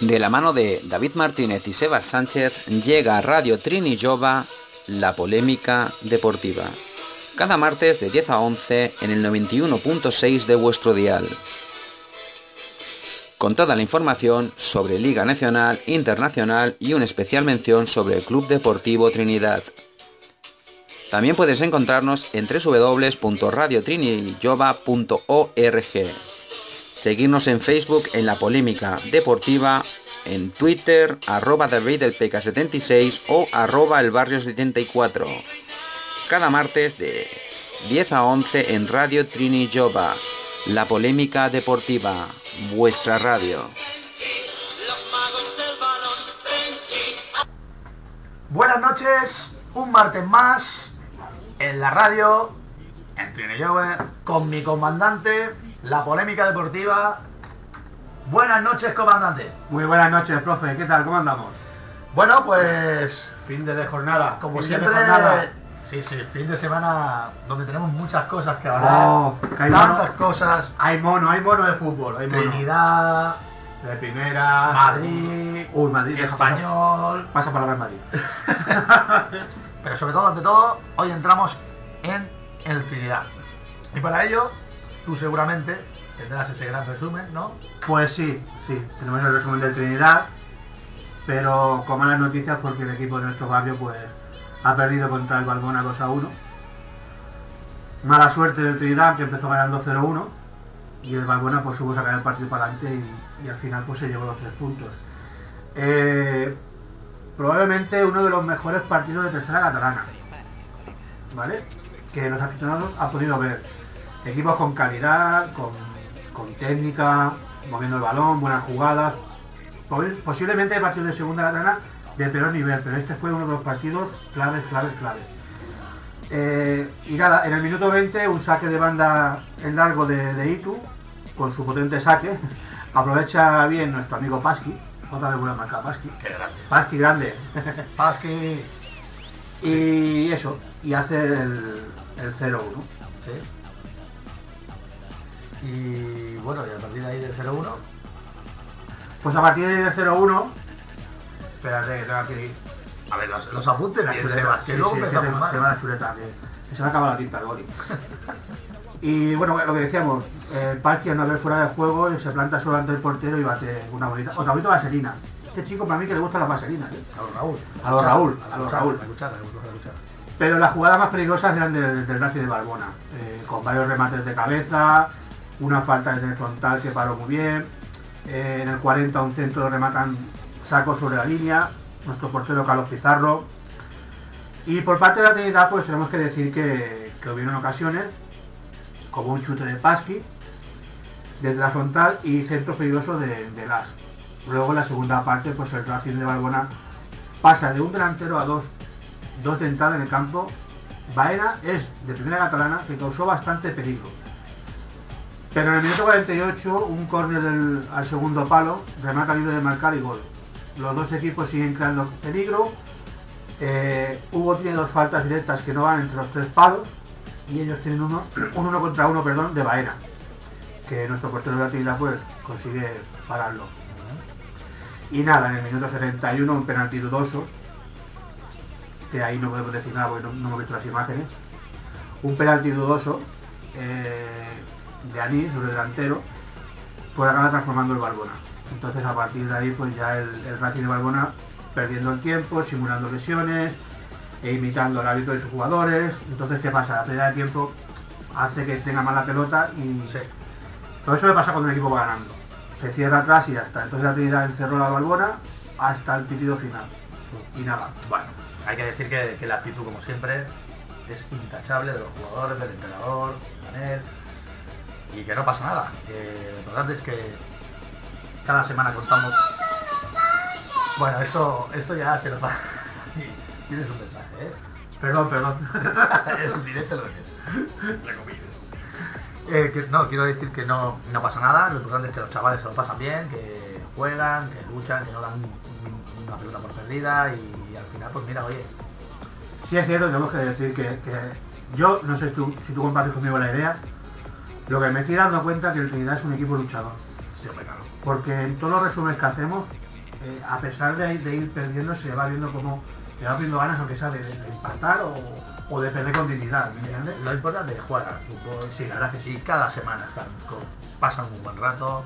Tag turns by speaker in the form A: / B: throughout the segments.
A: De la mano de David Martínez y Sebas Sánchez llega a Radio Trinillova la polémica deportiva. Cada martes de 10 a 11 en el 91.6 de vuestro dial. Con toda la información sobre Liga Nacional, Internacional y una especial mención sobre el Club Deportivo Trinidad. También puedes encontrarnos en www.radiotrinillova.org. Seguirnos en Facebook en La Polémica Deportiva, en Twitter arroba David del PK76 o arroba El Barrio 74. Cada martes de 10 a 11 en Radio Trinillova. La Polémica Deportiva, vuestra radio.
B: Buenas noches, un martes más en la radio, en Trinillova, con mi comandante, la polémica deportiva. Buenas noches, comandante.
C: Muy buenas noches, profe. ¿Qué tal? ¿Cómo andamos?
B: Bueno, pues
C: Fin de, de jornada.
B: como
C: Fin de
B: siempre,
C: jornada.
B: sí, sí, fin de semana donde tenemos muchas cosas que hablar,
C: Oh, que hay, mono,
B: tantas cosas.
C: hay mono, hay mono de fútbol. Hay mono.
B: Trinidad,
C: De primera.
B: Madrid,
C: Uy, Madrid. deja palabra-
B: español.
C: Pasa palabra en Madrid.
B: Pero sobre todo, ante todo, hoy entramos en el Trinidad. Y para ello, tú seguramente tendrás ese gran resumen, ¿no?
C: Pues sí, sí. Tenemos el resumen del Trinidad. Pero con malas noticias porque el equipo de nuestro barrio pues ha perdido contra el Balbona 2 a 1. Mala suerte del Trinidad que empezó ganando 0-1 y el Balbona pues supo sacar el partido para adelante y, y al final pues se llevó los tres puntos. Eh, probablemente uno de los mejores partidos de tercera catalana. ¿Vale? Que los aficionados han podido ver. Equipos con calidad, con, con técnica, moviendo el balón, buenas jugadas. Pos- Posiblemente hay partidos de segunda catalana de peor nivel, pero este fue uno de los partidos claves, claves, claves. Eh, y nada, en el minuto 20 un saque de banda en largo de, de Itu, con su potente saque. Aprovecha bien nuestro amigo Pasqui, otra vez buena marca Pasqui.
B: Qué grande.
C: Pasqui grande.
B: Pasqui.
C: Y eso, y hace el, el 0-1.
B: Sí. Y bueno, y a partir de ahí del 0-1,
C: Pues a partir del 0-1, espérate que tengo aquí
B: a ver, los, los apunten
C: la
B: aquí,
C: chuleta.
B: Sebas,
C: Sí,
B: que luego
C: sí, es que
B: empezamos
C: se-
B: mal.
C: se va la chuleta, que se me ha acabado la tinta el boli. y bueno, lo que decíamos, eh, el parque no ver fuera de juego y se planta solo ante el portero y bate una bonita, otra bonita vaselina. Este chico para mí que le gustan las vaselinas, ¿eh?
B: A los Raúl.
C: A los Raúl, a los
B: cuchara,
C: Raúl.
B: A la cuchara, a la cuchara, a la cuchara.
C: Pero las jugadas más peligrosas eran del, del Racing de Balbona, eh, con varios remates de cabeza, una falta desde el frontal que paró muy bien, eh, en el 40 un centro rematan saco sobre la línea, nuestro portero Carlos Pizarro. Y por parte de la Trinidad pues tenemos que decir que, que hubieron ocasiones, como un chute de Pasqui, desde la frontal y centro peligroso de, de Las. Luego en la segunda parte pues el Racing de Balbona pasa de un delantero a dos dos de entrada en el campo. Baena es de primera catalana que causó bastante peligro. Pero en el minuto 48, un córner del- al segundo palo, remata libre de marcar y gol. Los dos equipos siguen creando peligro. Eh, Hugo tiene dos faltas directas que no van entre los tres palos y ellos tienen uno, un uno contra uno perdón, de Baena, que nuestro portero de la actividad pues, consigue pararlo. Y nada, en el minuto 71 un penalti dudoso, que ahí no podemos decir nada porque no, no hemos visto las imágenes. Un penalti dudoso eh, de Aní sobre el delantero, pues acaba transformando el Balbona. Entonces a partir de ahí pues ya el, el Racing de Balbona perdiendo el tiempo, simulando lesiones e imitando al hábito de sus jugadores. Entonces ¿qué pasa? La pérdida de tiempo hace que tenga mala pelota y
B: Sí.
C: todo eso le pasa cuando el equipo va ganando. Se cierra atrás y ya está. Entonces la Trinidad encerró la Balbona hasta el pitido final. Y nada.
B: Bueno, hay que decir que, que la actitud, como siempre, es intachable de los jugadores, del entrenador, de Manel, y que no pasa nada. Que lo importante es que cada semana contamos. Bueno, esto, esto ya se nos va. Tienes un mensaje, ¿eh?
C: Perdón, perdón.
B: es un directo lo que es. Recomiendo. Eh, que- no, quiero decir que no, no pasa nada, lo importante es que los chavales se lo pasan bien, que juegan, que luchan, que no dan un- una pelota por perdida y, al final, pues mira, oye,
C: Sí es cierto, tenemos que decir que, que yo, no sé tú, si tú compartes conmigo la idea, lo que me estoy dando cuenta es que el Trinidad es un equipo luchador.
B: sí, hombre, claro.
C: Porque en todos los resúmenes que hacemos, eh, a pesar de, de ir perdiendo, se va viendo como le va viendo ganas, aunque sea de, de empatar o, o de perder con dignidad, ¿me entiendes?
B: Lo importante es jugar al fútbol, sí, la verdad que sí, cada semana están con- pasan un buen rato,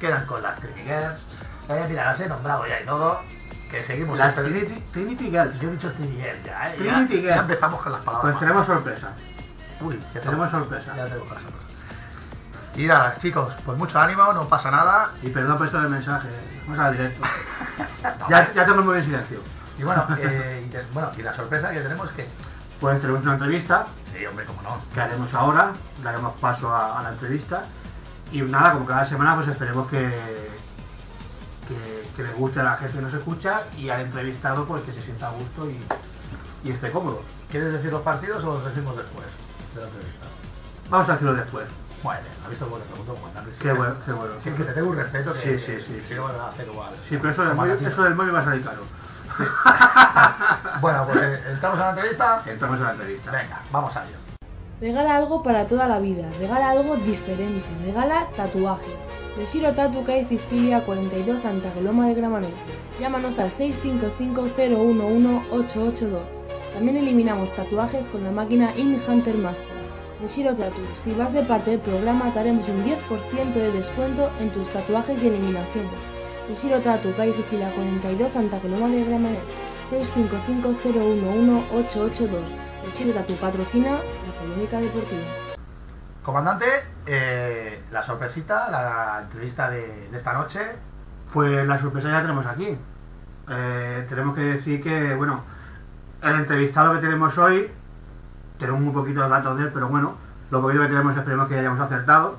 B: quedan con las critiquers, eh, mira, las he nombrado ya y todo, que seguimos
C: Las
B: en-
C: Trinity, Trinity Girls.
B: Yo he dicho Trinier ya, eh.
C: Trinity
B: ya-
C: Girls.
B: ya empezamos con las palabras.
C: Pues tenemos sorpresa.
B: Uy, ya
C: Tenemos sorpresa.
B: Ya tengo cosas. Y nada, chicos, pues mucho ánimo, no pasa nada.
C: Y perdón por esto del mensaje, vamos al directo. ya, ya tengo muy bien silencio.
B: Y bueno, eh, y te- bueno, y la sorpresa que tenemos es que.
C: Pues tenemos una entrevista
B: Sí, hombre, cómo no.
C: que haremos ahora, daremos paso a, a la entrevista. Y nada, como cada semana, pues esperemos que, que, que le guste a la gente que nos escucha y al entrevistado pues que se sienta a gusto y, y esté cómodo.
B: ¿Quieres decir los partidos o los decimos después de la entrevista?
C: Vamos a hacerlo después.
B: Bueno, ¿has visto cómo te pregunto, Juan Carlos? Sí,
C: Qué
B: que-
C: bueno, qué bueno.
B: Sí, que te tengo un respeto que,
C: Sí,
B: que-
C: sí,
B: que
C: sí,
B: quiero volver a hacer igual.
C: Sí, pero eso del,
B: Como a
C: móvil,
B: ti.
C: eso del móvil va a salir caro.
B: Bueno, pues eh, entramos a la entrevista.
C: Entramos a la entrevista.
B: Venga, vamos a ello.
D: Regala algo para toda la vida, regala algo diferente, regala tatuajes. De Giro Tatu, calle Sicilia 42, Santa Coloma de Gramanet. Llámanos al 655-011-882. También eliminamos tatuajes con la máquina In Hunter Master. De Giro Tatu, si vas de parte del programa, te haremos un 10% de descuento en tus tatuajes y eliminación. De Giro Tatu, calle Sicilia 42, Santa Coloma de Gramanet. 655-011-882. El Chile tu patrocina la polémica deportiva.
B: Comandante, eh, la sorpresita, la entrevista de, de esta noche.
C: Pues la sorpresa ya la tenemos aquí. Eh, tenemos que decir que, bueno, el entrevistado que tenemos hoy, tenemos muy poquitos datos de él, pero bueno, lo poquito que tenemos esperemos que hayamos acertado.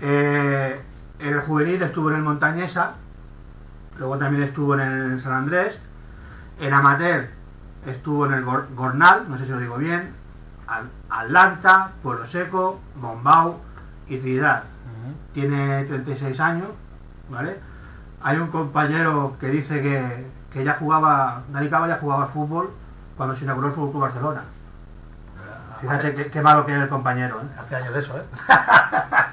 C: Eh, el juvenil estuvo en el Montañesa, luego también estuvo en el San Andrés, el amateur estuvo en el Gor- Gornal, no sé si lo digo bien, Al- Atlanta, Pueblo Seco, Bombao y Trinidad tiene 36 años, ¿vale? Hay un compañero que dice que, que ya jugaba, Dani Cava ya jugaba al fútbol cuando se inauguró el Fútbol Club Barcelona. Fíjate qué, qué malo que es el compañero, ¿eh?
B: Hace años de eso, ¿eh?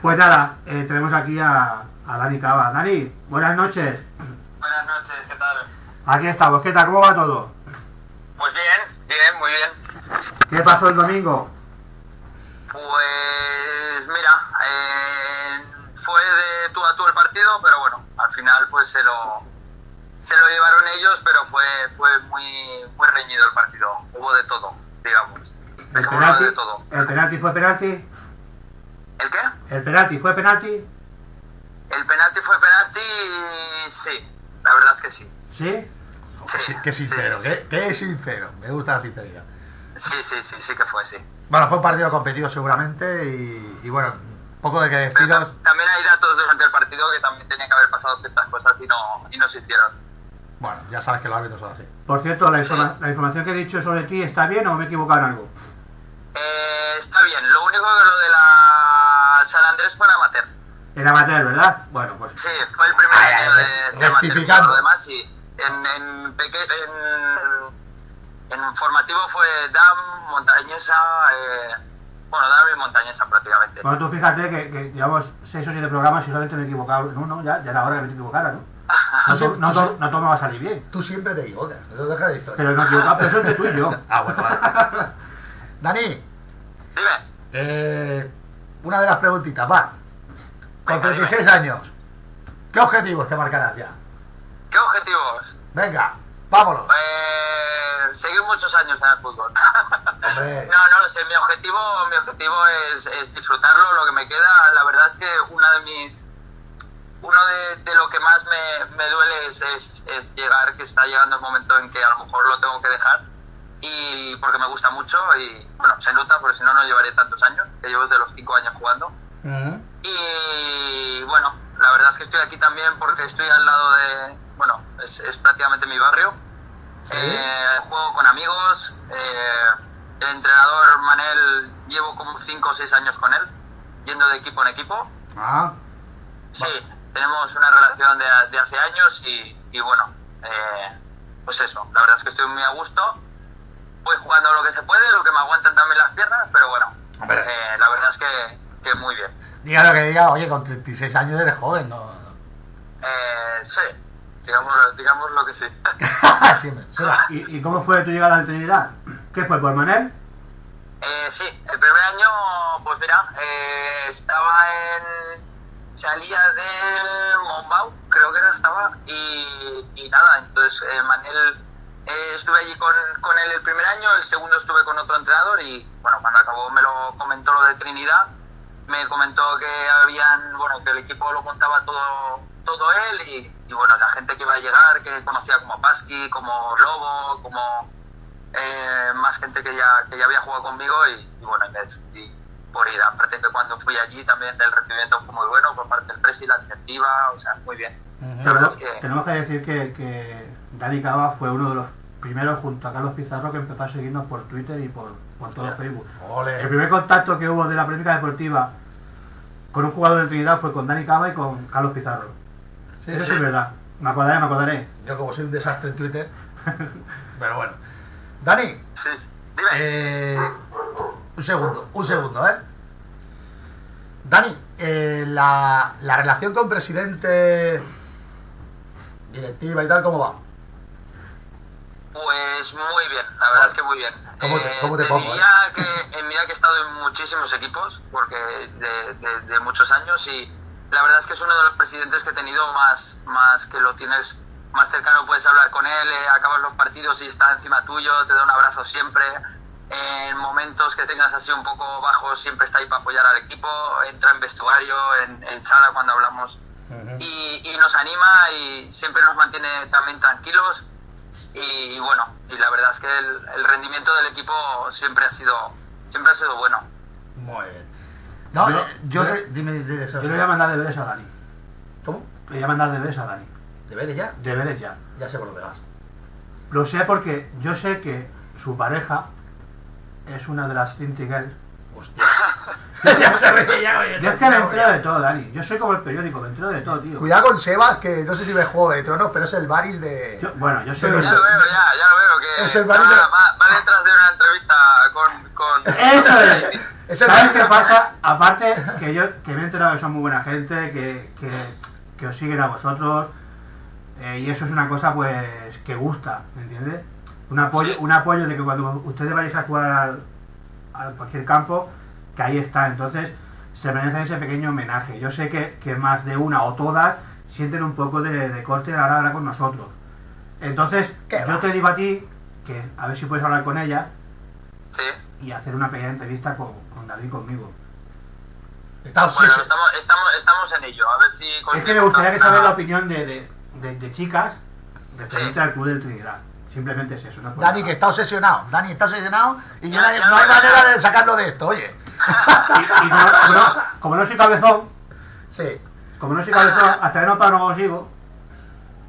C: Pues nada, eh, tenemos aquí a, a Dani Cava. Dani, buenas noches.
E: Buenas noches, ¿qué tal?
C: Aquí estamos, ¿qué tal? ¿Cómo va todo?
E: Pues bien, bien, muy bien.
C: ¿Qué pasó el domingo?
E: Pues mira, eh, fue de tú a tú el partido, pero bueno, al final pues se lo se lo llevaron ellos, pero fue fue muy muy reñido el partido. Hubo de todo, digamos.
C: ¿El
E: Dejémoslo
C: penalti,
E: de todo.
C: el penalti fue penalti?
E: ¿El qué?
C: ¿El penalti fue penalti?
E: El penalti fue penalti, y sí, la verdad es que sí.
C: ¿Sí?
E: Sí,
B: Qué
E: sí,
B: sincero,
E: sí, sí.
B: qué, qué sincero. Me gusta la sinceridad.
E: Sí, sí, sí, sí que fue, sí.
B: Bueno, fue un partido competido seguramente y, y bueno, poco de que
E: Pero
B: deciros.
E: tam- también hay datos durante el partido que también tenía que haber pasado ciertas cosas y no, y no se hicieron.
B: Bueno, ya sabes que los árbitros son así.
C: Por cierto, la, informa- la información que he dicho sobre ti está bien o me he equivocado en algo?
E: Eh, está bien, lo único que lo de la San Andrés fue la amateur.
C: Era amateur, ¿verdad? Bueno, pues
E: Sí, fue el primer
B: Ay, ay,
E: año de, de amateur.
B: rectificando.
E: Todo Lo demás sí. En, en, peque- en, en formativo fue DAM, Montañesa, eh, bueno, DAM y Montañesa prácticamente.
C: Bueno, tú fíjate que, que llevamos 6 o 7 programas y solamente me he equivocado en uno, ya, ya era hora de que me equivocara, ¿no? No, to- no, to- no todo me va a salir bien,
B: Tú siempre te equivocas, no deja de distraer.
C: pero no he equivocado, pero eso entre tú y yo.
B: Ah, bueno, vale. Dani,
E: Dime,
B: eh, una de las preguntitas, va. Con
E: Venga, dime.
B: 36 años, ¿qué objetivos te marcarás ya?
E: ¿qué objetivos?
B: Venga, vámonos.
E: Eh, seguir muchos años en el fútbol.
B: Hombre,
E: No, no lo sé, mi objetivo, mi objetivo es, es disfrutarlo, lo que me queda, la verdad es que una de mis uno de, de lo que más me, me duele es, es- es llegar, que está llegando el momento en que a lo mejor lo tengo que dejar y porque me gusta mucho y bueno, se nota porque si no no llevaré tantos años, que llevo desde los 5 años jugando
B: Ujú.
E: y bueno, la verdad es que estoy aquí también porque estoy al lado de, bueno, es, es prácticamente mi barrio.
B: Sí.
E: Eh, juego con amigos, eh, el entrenador Manel llevo como 5 o 6 años con él, yendo de equipo en equipo.
B: Ah,
E: Sí, tenemos una relación de, de hace años y, y bueno, eh, pues eso, la verdad es que estoy muy a gusto. Voy jugando lo que se puede, lo que me aguantan también las piernas, pero bueno,
B: Hombre.
E: eh, la verdad es que, que muy bien.
B: diga lo que diga, oye, con 36 años eres joven, ¿no?
E: Eh, sí, Digamos, digamos lo que sí.
B: Siempre.
C: Seba, ¿Y, y cómo fue tu llegada al Trinidad? ¿Qué fue, por Manel?
E: Eh, sí, el primer año, pues mira, eh, estaba en. salía del Mombau, creo que era, estaba, y, y nada, entonces eh, Manel. eh, estuve allí con, con él el primer año, el segundo estuve con otro entrenador y bueno, cuando acabó me lo comentó lo de Trinidad, me comentó que habían, bueno, que el equipo lo montaba todo, todo él y, y, bueno, la gente que iba a llegar, que conocía como Pasqui, como Lobo, como eh, más gente que ya, que ya había jugado conmigo y, y bueno, y me decidí por ir. Aparte que cuando fui allí también el recibimiento fue muy bueno por parte del presi, la directiva, o sea, muy bien. La verdad
C: Tenemos,
B: pues,
E: es
B: eh.
E: que-
C: tenemos que decir que, que Dani Cava fue uno de los primeros, junto a Carlos Pizarro, que empezó a seguirnos por Twitter y por, por todo
B: Hostia.
C: Facebook.
B: Ole.
C: El primer contacto que hubo de la polémica deportiva con un jugador de Trinidad fue con Dani Cava y con Carlos Pizarro.
B: Sí,
C: Eso
B: sí.
C: sí es verdad. Me acordaré, me acordaré.
B: Yo como soy un desastre en Twitter, pero bueno. Dani,
E: Sí, dime.
B: eh, un segundo, un segundo, ¿eh? Dani, eh, la, la relación con presidente, directiva y tal, ¿cómo va?
E: Pues muy bien, la verdad es que muy bien. Eh,
B: ¿Cómo te- cómo te pongo,
E: diría que, eh, mira que he estado en muchísimos equipos, porque de, de- de muchos años, y la verdad es que es uno de los presidentes que he tenido más, más que lo tienes más cercano, puedes hablar con él, eh, acabas los partidos y está encima tuyo, te da un abrazo siempre. En momentos que tengas así un poco bajos, siempre está ahí para apoyar al equipo, entra en vestuario, en- en sala cuando hablamos y, y nos anima y siempre nos mantiene también tranquilos y, y bueno y la verdad es que el, el rendimiento del equipo siempre ha sido siempre ha sido bueno
B: Muy bien. No,
C: Yo-
B: eh, yo,
C: yo-
B: le- dime, dime eso.
C: Yo le voy a mandar deberes a Dani.
B: ¿Cómo?
C: Le voy a mandar deberes a Dani.
B: ¿Te ves ya?
C: Deberes ya.
B: Ya sé por dónde vas.
C: Lo sé porque yo sé que su pareja es una de las Cinti Girls.
B: Hostia. ya se ve, ya, oye,
C: Yo es que me entero de todo, Dani. Yo soy como el periódico, me entero de todo, tío.
B: Cuidado con Sebas, que no sé si ve Juego de Tronos, pero es el Baris de...
C: Yo- bueno, yo soy...
B: Pero
C: el-
E: ya lo veo ya ya lo veo que
B: Es el
E: va,
B: marido.
E: va- va detrás de una entrevista con, con
C: ¡Eso es!
B: Es el
C: ¿Sabes
B: Baris
C: qué pasa? Aparte que yo que me he enterado que son muy buena gente, que, que- que os siguen a vosotros. eh, y eso es una cosa pues que gusta, ¿me entiendes? Un apoyo,
E: Sí.
C: un apoyo de que cuando ustedes vayáis a jugar al, a cualquier campo, que ahí está. Entonces, se merece ese pequeño homenaje. Yo sé que, que más de una o todas sienten un poco de, de corte ahora ahora con nosotros. Entonces,
B: ¿Qué
C: yo
B: va?
C: te digo a ti que a ver si puedes hablar con ella
E: sí
C: y hacer una pequeña entrevista con, con David conmigo.
B: Está
E: bueno
B: obsesionado.
E: estamos estamos estamos en ello a ver si
C: Es que me gustaría que
E: consigo
C: saber la
E: una-
C: opinión de, de- de- de chicas referente
E: Sí.
C: al club del Trinidad. Simplemente es eso. No es por
B: Dani,
C: nada.
B: que está obsesionado. Dani está obsesionado y yo
E: Ya,
B: no-
E: ya,
B: no hay
E: ya, ya.
B: manera de sacarlo de esto, oye.
C: Y- y como, como no, como no soy cabezón,
B: Sí.
C: como no soy cabezón, hasta que no paro no consigo.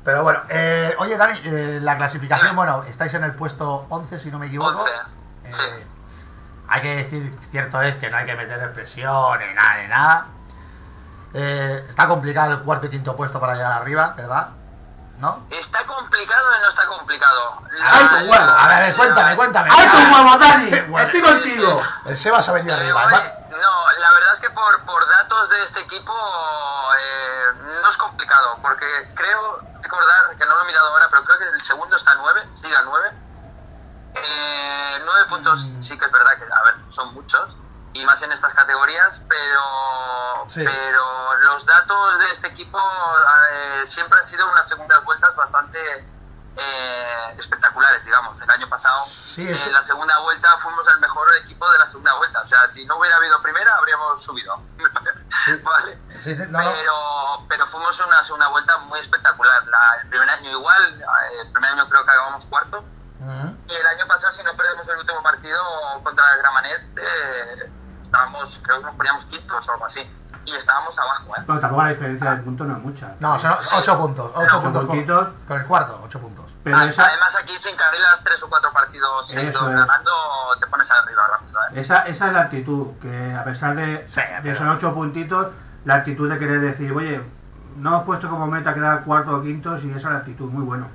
B: Pero bueno, eh, oye Dani, eh, la clasificación, bueno, estáis en el puesto 11 si no me equivoco. Eh,
E: 11, sí.
B: Hay que decir, cierto es que no hay que meter presión ni nada, ni nada. Eh, está complicado el cuarto y quinto puesto para llegar arriba, ¿verdad? ¿No?
E: está complicado o no está complicado La-
B: ¡Ay, tu huevo! A ver,
E: la-
B: cuéntame, cuéntame.
C: ¡Ay, tu huevo, Dani!
B: Bueno.
C: ¡Estoy contigo!
B: El Sebas ha venido
E: Eh,
B: arriba.
E: oye,
B: ¿va?
E: no, la verdad es que por, por datos de este equipo eh, no es complicado, porque creo recordar, que no lo he mirado ahora, pero creo que el segundo está a 9, sigue a 9. Eh, 9 puntos
B: Mm.
E: sí que es verdad que, a ver, son muchos, y más en estas categorías, pero,
B: Sí.
E: pero los datos de este equipo eh, siempre han sido unas segundas vueltas bastante... eh, espectaculares, digamos, el año pasado
B: Sí,
E: eh,
B: sí.
E: la segunda vuelta fuimos el mejor equipo de la segunda vuelta. O sea, si no hubiera habido primera, habríamos subido. vale.
B: Sí, sí, no, no.
E: Pero, pero fuimos una segunda vuelta muy espectacular. La- el primer año igual, eh, el primer año creo que acabamos cuarto.
B: Ujú.
E: Y el año pasado, si no perdemos el último partido contra el Gramanet, eh, estábamos, creo que nos poníamos quintos o algo así. Y estábamos abajo, ¿eh?
C: Pero tampoco la diferencia de punto no es mucha.
B: No, son
E: Sí.
B: 8 puntos. 8
C: Ocho
B: puntos con,
C: puntitos.
B: con el cuarto, 8 puntos.
C: Pero
E: Ah,
C: esa,
E: Además, aquí sin carreras, tres o cuatro partidos
C: Eso
E: seguidos
C: es.
E: ganando, te pones arriba rápido, ¿eh?
C: esa, esa es la actitud, que a pesar de,
B: Sí,
C: de
B: pero-
C: esos ocho puntitos, la actitud de querer decir, oye, no os he puesto como meta quedar cuarto o quinto, y esa es la actitud, muy bueno.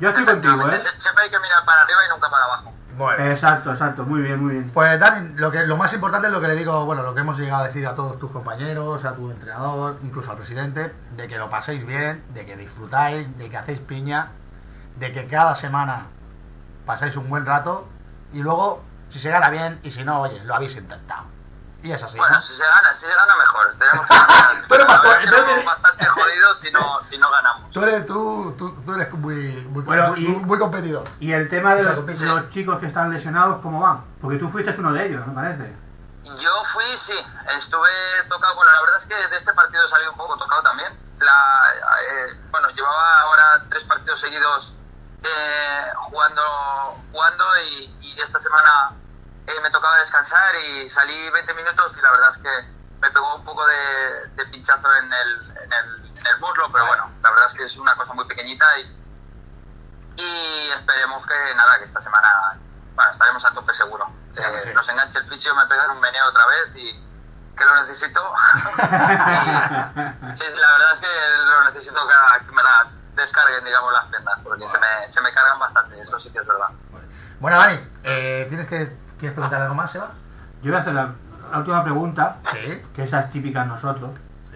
C: Yo estoy contigo,
E: Efectivamente,
C: ¿eh?
E: se- Siempre hay que mirar para arriba y nunca para abajo.
B: Bueno.
C: Exacto, exacto, muy bien, muy bien.
B: Pues Dani, lo, que, lo más importante es lo que le digo, bueno, lo que hemos llegado a decir a todos tus compañeros, a tu entrenador, incluso al presidente, de que lo paséis bien, de que disfrutáis, de que hacéis piña, de que cada semana pasáis un buen rato y luego, si se gana bien y si no, oye, lo habéis intentado. Y es así. ¿no?
E: Bueno, si se gana, si se gana mejor. Tenemos que ganar.
B: Pero
E: La verdad
B: bastante-
E: es que estamos
B: pero-
E: bastante jodidos si no, si no ganamos.
B: Tú eres, tú, tú, tú eres muy, muy,
C: Bueno,
B: muy-
C: y-
B: muy- muy competidor.
C: Y el tema de
B: O sea,
C: los,
E: sí.
C: los chicos que están lesionados, ¿cómo van? Porque tú fuiste uno de ellos, me parece.
E: Yo fui, sí, estuve tocado. Bueno, la verdad es que de este partido salí un poco tocado también. La, eh, bueno, llevaba ahora tres partidos seguidos eh, jugando, jugando y, y esta semana eh, me tocaba descansar y salí 20 minutos y la verdad es que me pegó un poco de, de pinchazo en el, en, el, en el muslo, pero bueno, la verdad es que es una cosa muy pequeñita y, y esperemos que nada, que esta semana bueno, estaremos a tope seguro.
B: Claro,
E: Eh,
B: sí.
E: Nos enganche el fisio, me pegan un meneo otra vez y que lo necesito. Y- sí, la verdad es que lo necesito que, que me las descarguen, digamos, las piernas, porque se, me, se me cargan bastante, eso sí que es verdad.
B: Bueno, Dani, eh, ¿tienes que quieres preguntar algo más, Seba?
C: Yo voy a hacer la, la última pregunta,
B: Sí.
C: que esa es típica de nosotros,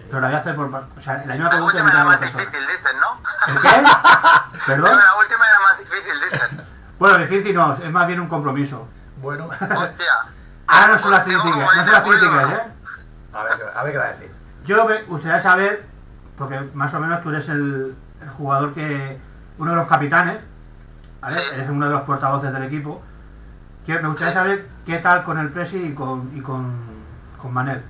C: pero la voy a hacer por... par- O sea, la misma
E: La
C: pregunta...
E: última
C: que
E: era
C: me
E: más
C: hicieron las personas.
E: difícil, dicen, ¿no?
C: ¿El qué? ¿Perdón?
E: La última era más difícil, dicen.
C: Bueno, difícil no, es más bien un compromiso.
B: Bueno,
E: Hostia.
C: Ahora no son las
E: Tengo
C: críticas,
E: como
C: no son
E: veinte
C: las
E: juegos.
C: críticas, ¿eh?
B: a ver, qué- a ver qué va a decir.
C: Yo me gustaría saber, porque más o menos tú eres el, el jugador que. uno de los capitanes, ¿vale?
E: Sí.
C: Eres uno de los portavoces del equipo. Que me gustaría
E: Sí.
C: saber qué tal con el Presi y con, y con, con Manel.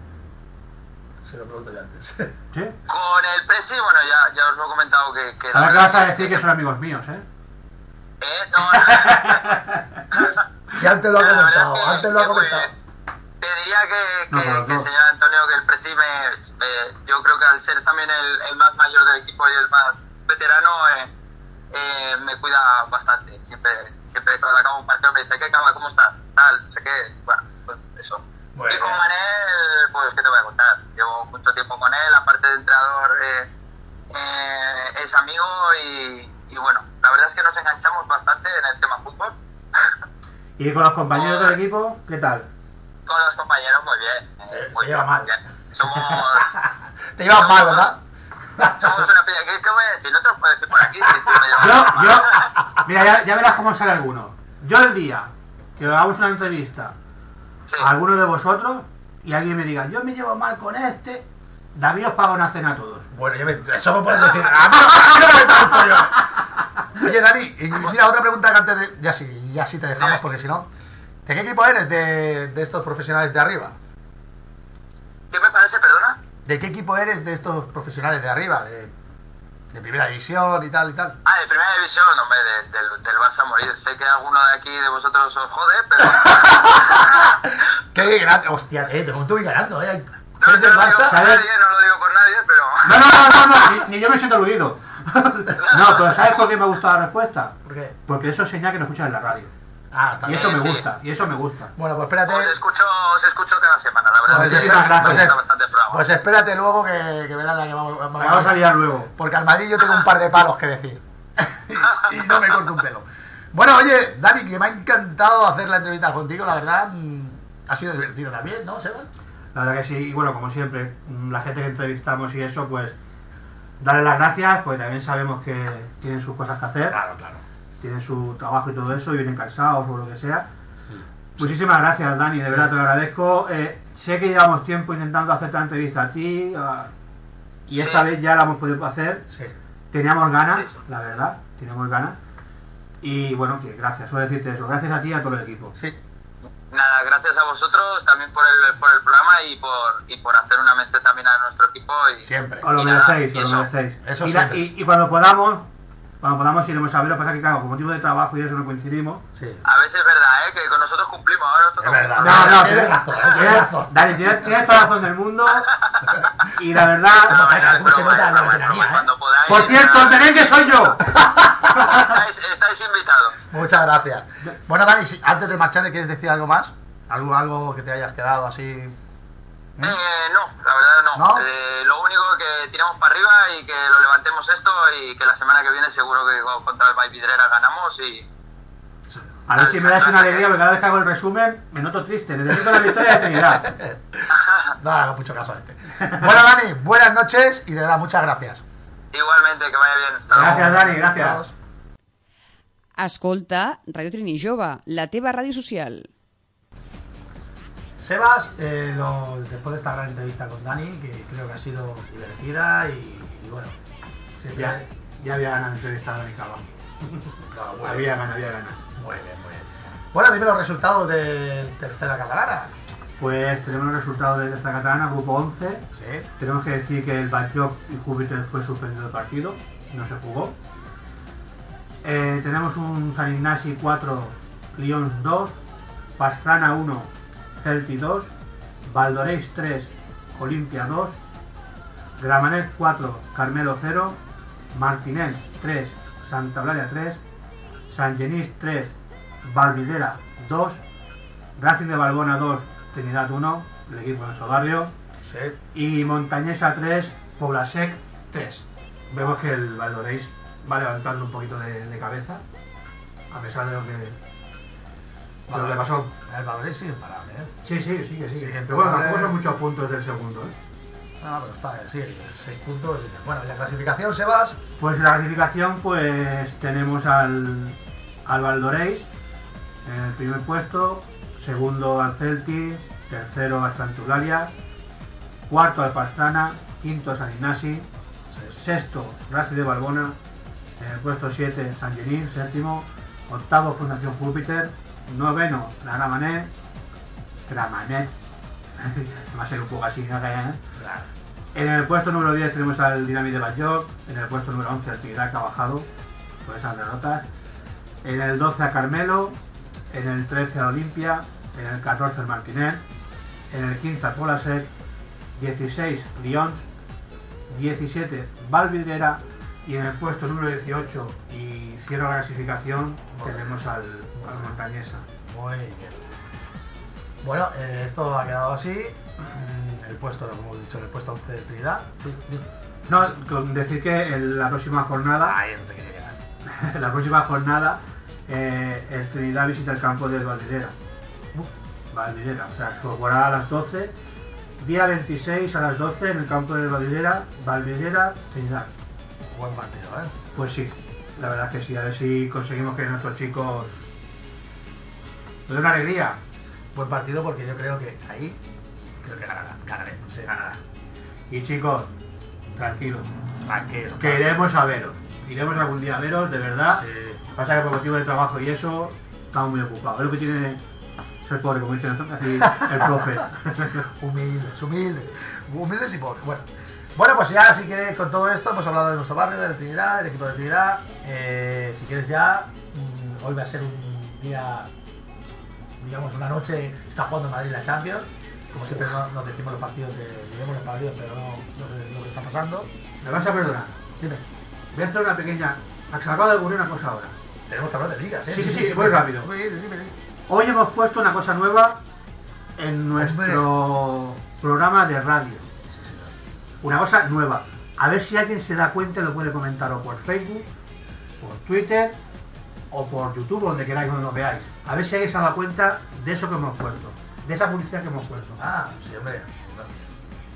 B: Se lo pregunto yo antes.
C: ¿Sí?
E: Con el Presi, bueno, ya, ya os lo he comentado que... que la
C: Ahora que
E: verdad
C: vas a
E: es
C: decir que son amigos míos, ¿eh?
E: Eh, no, no,
B: Si antes lo ha
E: La verdad
B: comentado,
E: es que-
B: antes lo ha
E: que muy
B: comentado.
E: bien. Te pues, diría que,
C: No,
E: que-
C: pero
E: que
C: no.
E: señor Antonio, que el presi me- me- yo creo que al ser también el, el más mayor del equipo y el más veterano, eh, eh, me cuida bastante. Siempre, siempre cuando acabo un partido me dice, ¿qué cama? ¿Cómo estás? Tal, no sé qué. Bueno, pues eso.
B: Bueno.
E: Y con Manel, pues, ¿qué te voy a contar? Llevo mucho tiempo con él, aparte de entrenador, eh, eh, es amigo y, y bueno, la verdad es que nos enganchamos bastante en el tema fútbol.
C: Y con los compañeros del equipo, ¿qué tal?
E: Con los compañeros, muy bien. eh,
B: Se-
E: muy
B: se lleva
E: bien,
B: mal.
E: muy bien. Somos,
B: Te llevas mal, ¿verdad?
E: somos una pilla. ¿Qué, qué voy a decir? No te lo puedo decir por aquí. Si tú me llevas
C: Yo,
E: mal.
C: yo, mira, ya, ya verás cómo sale alguno. Yo el día que hagamos una entrevista
E: Sí.
B: Ah.
C: a alguno de vosotros y alguien me diga, yo me llevo mal con este, David os paga una cena a todos.
B: Bueno, yo me, eso me puedes decir. Ah, ¡A mí no- a mí no me metas el pollo! Oye, Dani, y mira, otra pregunta que antes de. Ya sí, ya sí te dejamos, porque si no. ¿De qué equipo eres de, de estos profesionales de arriba?
E: ¿Qué me parece, perdona?
B: ¿De qué equipo eres de estos profesionales de arriba? De, de primera división y tal y tal.
E: Ah, de primera división, hombre, de- del, del Barça a morir. Sé que alguno de aquí de vosotros os jode, pero.
B: ¡Qué grande! Hostia, eh, de momento voy ganando, eh.
E: No,
B: ¿Eres
E: no
B: del
E: lo digo
B: Barça?
E: por nadie, no lo digo por nadie, pero.
C: No, no, no, no, no, ni, ni yo me siento aludido. No, pero ¿sabes por qué me gusta la respuesta?
B: ¿Por qué?
C: Porque eso es señal que nos escuchan en la radio.
B: Ah,
C: Y
B: también.
C: eso me
E: sí.
C: gusta, y eso me gusta.
B: Bueno, pues espérate.
E: Os escucho, os escucho cada semana, la verdad.
B: Pues
E: es que
C: muchísimas gracias.
E: Me gusta bastante el programa.
B: Pues espérate luego que, que verás la que vamos,
C: Me vamos a liar luego.
B: Porque al Madrid yo tengo un par de palos que decir. y no me corto un pelo. Bueno, oye, Dani, que me ha encantado hacer la entrevista contigo, la verdad. mm, Ha sido divertido también, ¿no, Seba?
C: La verdad que sí, y bueno, como siempre, mm, la gente que entrevistamos y eso, pues darle las gracias, pues también sabemos que tienen sus cosas que hacer,
B: claro.
C: tienen su trabajo y todo eso, y vienen cansados o lo que sea.
E: Mm.
C: Muchísimas gracias, Dani, de verdad te lo agradezco. Eh, sé que llevamos tiempo intentando hacerte la entrevista a ti, a- y
E: Sí.
C: esta vez ya la hemos podido hacer.
B: Sí.
C: Teníamos ganas,
E: Sí, sí.
C: la verdad, teníamos ganas. Y bueno, que gracias, solo decirte eso. Gracias a ti y a todo el equipo.
B: Sí.
E: Nada, gracias a vosotros también por el, por el programa y por, y por hacer una mención también a nuestro equipo. Y,
B: Siempre.
C: Os lo
E: Y nada,
C: merecéis,
E: y
C: os
E: eso-
C: lo merecéis.
B: eso
C: y, la-
B: siempre.
C: y- y cuando podamos, cuando podamos iremos a ver. Lo que pasa es que, claro, por motivo de trabajo y eso no coincidimos.
B: Sí.
E: A veces es verdad, ¿eh? que con nosotros cumplimos, ahora os toca
B: Es verdad.
C: No,
E: vosotros.
C: no,
B: Tienes razón, tienes razón.
C: Dani, tienes, tienes toda la razón del mundo. Y la verdad.
E: No, no, es
B: ¿Cómo se
E: broma,
B: nota
E: es
B: la
E: broma, es broma.
B: veteranía, eh?
E: Cuando podáis,
C: Por cierto,
E: nada,
C: tenéis que soy yo.
E: estáis, estáis invitados.
B: Muchas gracias. Bueno, Dani, si- antes de marcharte, ¿quieres decir algo más? ¿Algo, algo que te hayas quedado así?
E: Eh, no, la verdad no.
B: ¿No?
E: Eh, lo único que tiramos para arriba y que lo levantemos esto y que la semana que viene seguro que contra el Vidrera ganamos y,
C: A ver si me das una alegría, porque cada vez que hago el resumen me noto triste. Necesito la victoria de Trinidad.
B: No le hagas mucho caso a este. Bueno, Dani, buenas noches y de verdad, muchas gracias.
E: Igualmente, que vaya bien. Hasta luego.
C: Gracias, Dani, gracias.
F: Escolta Radio Trini Jove, la teva ràdio social.
B: Sebas, eh, lo- después de esta gran entrevista con Dani, que creo que ha sido divertida y, y bueno, siempre.
C: Ya, ya había ganado entrevistado a Nicaba.
B: Claro, muy, bien,
C: Había ganado, había ganado.
B: muy bien, muy bien. Bueno, dime los resultados de Tercera Catalana.
C: Pues tenemos los resultados de esta catalana, grupo 11.
B: Sí.
C: Tenemos que decir que el Backlog y Júpiter fue suspendido del partido, no se jugó. Eh, tenemos un San Ignasi 4, Lyon 2, Pastrana 1, Celti 2, Valdoreis 3, Olimpia 2, Gramanet 4, Carmelo 0, Martinez 3, Santa Eulalia 3, San Genís 3, Valvidera 2, Racing de Balbona 2, Trinidad 1, el equipo de nuestro barrio,
B: Sí.
C: y Montañesa 3, Poblasec 3. Vemos que el Valdoreis va levantando un poquito de, de cabeza, a pesar de lo que, de lo que pasó.
B: El Valladolid sigue imparable, ¿eh?
C: Sí, sí, sí, que sí.
B: Sí,
C: pero bueno, tampoco
B: Valdoreis-
C: son muchos puntos del segundo. ¿eh?
B: No, no, Ah, pero está, sí, seis puntos. Bueno, y la clasificación, Sebas.
C: Pues en la clasificación, pues tenemos al, al Valdoreis en el primer puesto, segundo al Celti, tercero al Santularia, cuarto al Pastrana, quinto San Ignasi, sexto Racing de Balbona, en el puesto 7 San Genís, séptimo, octavo Fundación Júpiter, noveno la Gramanet, Gramanet, va a ser un poco así, ¿no? ¿eh?
B: Claro.
C: En el puesto número 10 tenemos al Dynamite de Bayoc, en el puesto número 11 al Tigrak que ha bajado por esas derrotas, en el 12 a Carmelo, en el 13 a Olimpia, en el 14 al Martinet, en el 15 a Polasek, 16 Lyons, 17 Valvidera y en el puesto número 18 y cierro la clasificación tenemos al, al Montañesa.
B: Muy bien. Bueno, eh, esto ha quedado así. Mm, El puesto, como hemos dicho, en el puesto 11 de Trinidad. Sí,
C: No, con decir que en la próxima jornada
B: Ahí es donde quería llegar.
C: la próxima jornada eh, el Trinidad visita el campo del Valdirera. Valdirera, o sea, se jugará a las 12. Día 26 a las 12 en el campo del Valdirera, Valdirera, Trinidad.
B: Buen partido, ¿eh?
C: Pues sí, la verdad es que sí, a ver si conseguimos que nuestros chicos nos den una alegría.
B: Buen partido porque yo creo que ahí creo que ganará. Ganaré, se ganará.
C: Y chicos, tranquilos,
B: Tranquilo.
C: queremos a veros. Iremos algún día a veros, de verdad.
B: Sí.
C: Pasa que por motivo de trabajo y eso, estamos muy ocupados. Es lo que tiene ser pobre, como dice aquí el profe.
B: Humildes, humildes. Humildes y pobres. Bueno. Bueno, pues ya, si quieres, con todo esto, hemos hablado de nuestro barrio, de Trinidad, del equipo de Trinidad. Eh, si quieres ya, mm, hoy va a ser un día, digamos, una noche, está jugando Madrid la Champions. Como siempre no- nos decimos los partidos, de, diremos los partidos, pero no lo que, lo que está pasando.
C: Me vas a perdonar.
B: Dime,
C: Voy a hacer una pequeña. Se me acaba de ocurrir una cosa ahora.
B: tenemos que hablar de ligas, ¿eh?
C: Sí, sí, sí, voy rápido.
B: Sí, sí, sí, sí.
C: Hoy hemos puesto una cosa nueva en nuestro programa de radio. Una cosa nueva. A ver si alguien se da cuenta y lo puede comentar o por Facebook, por Twitter o por YouTube, donde queráis que nos veáis. A ver si alguien se da cuenta de eso que hemos puesto, de esa publicidad que hemos puesto.
B: Ah, sí, hombre.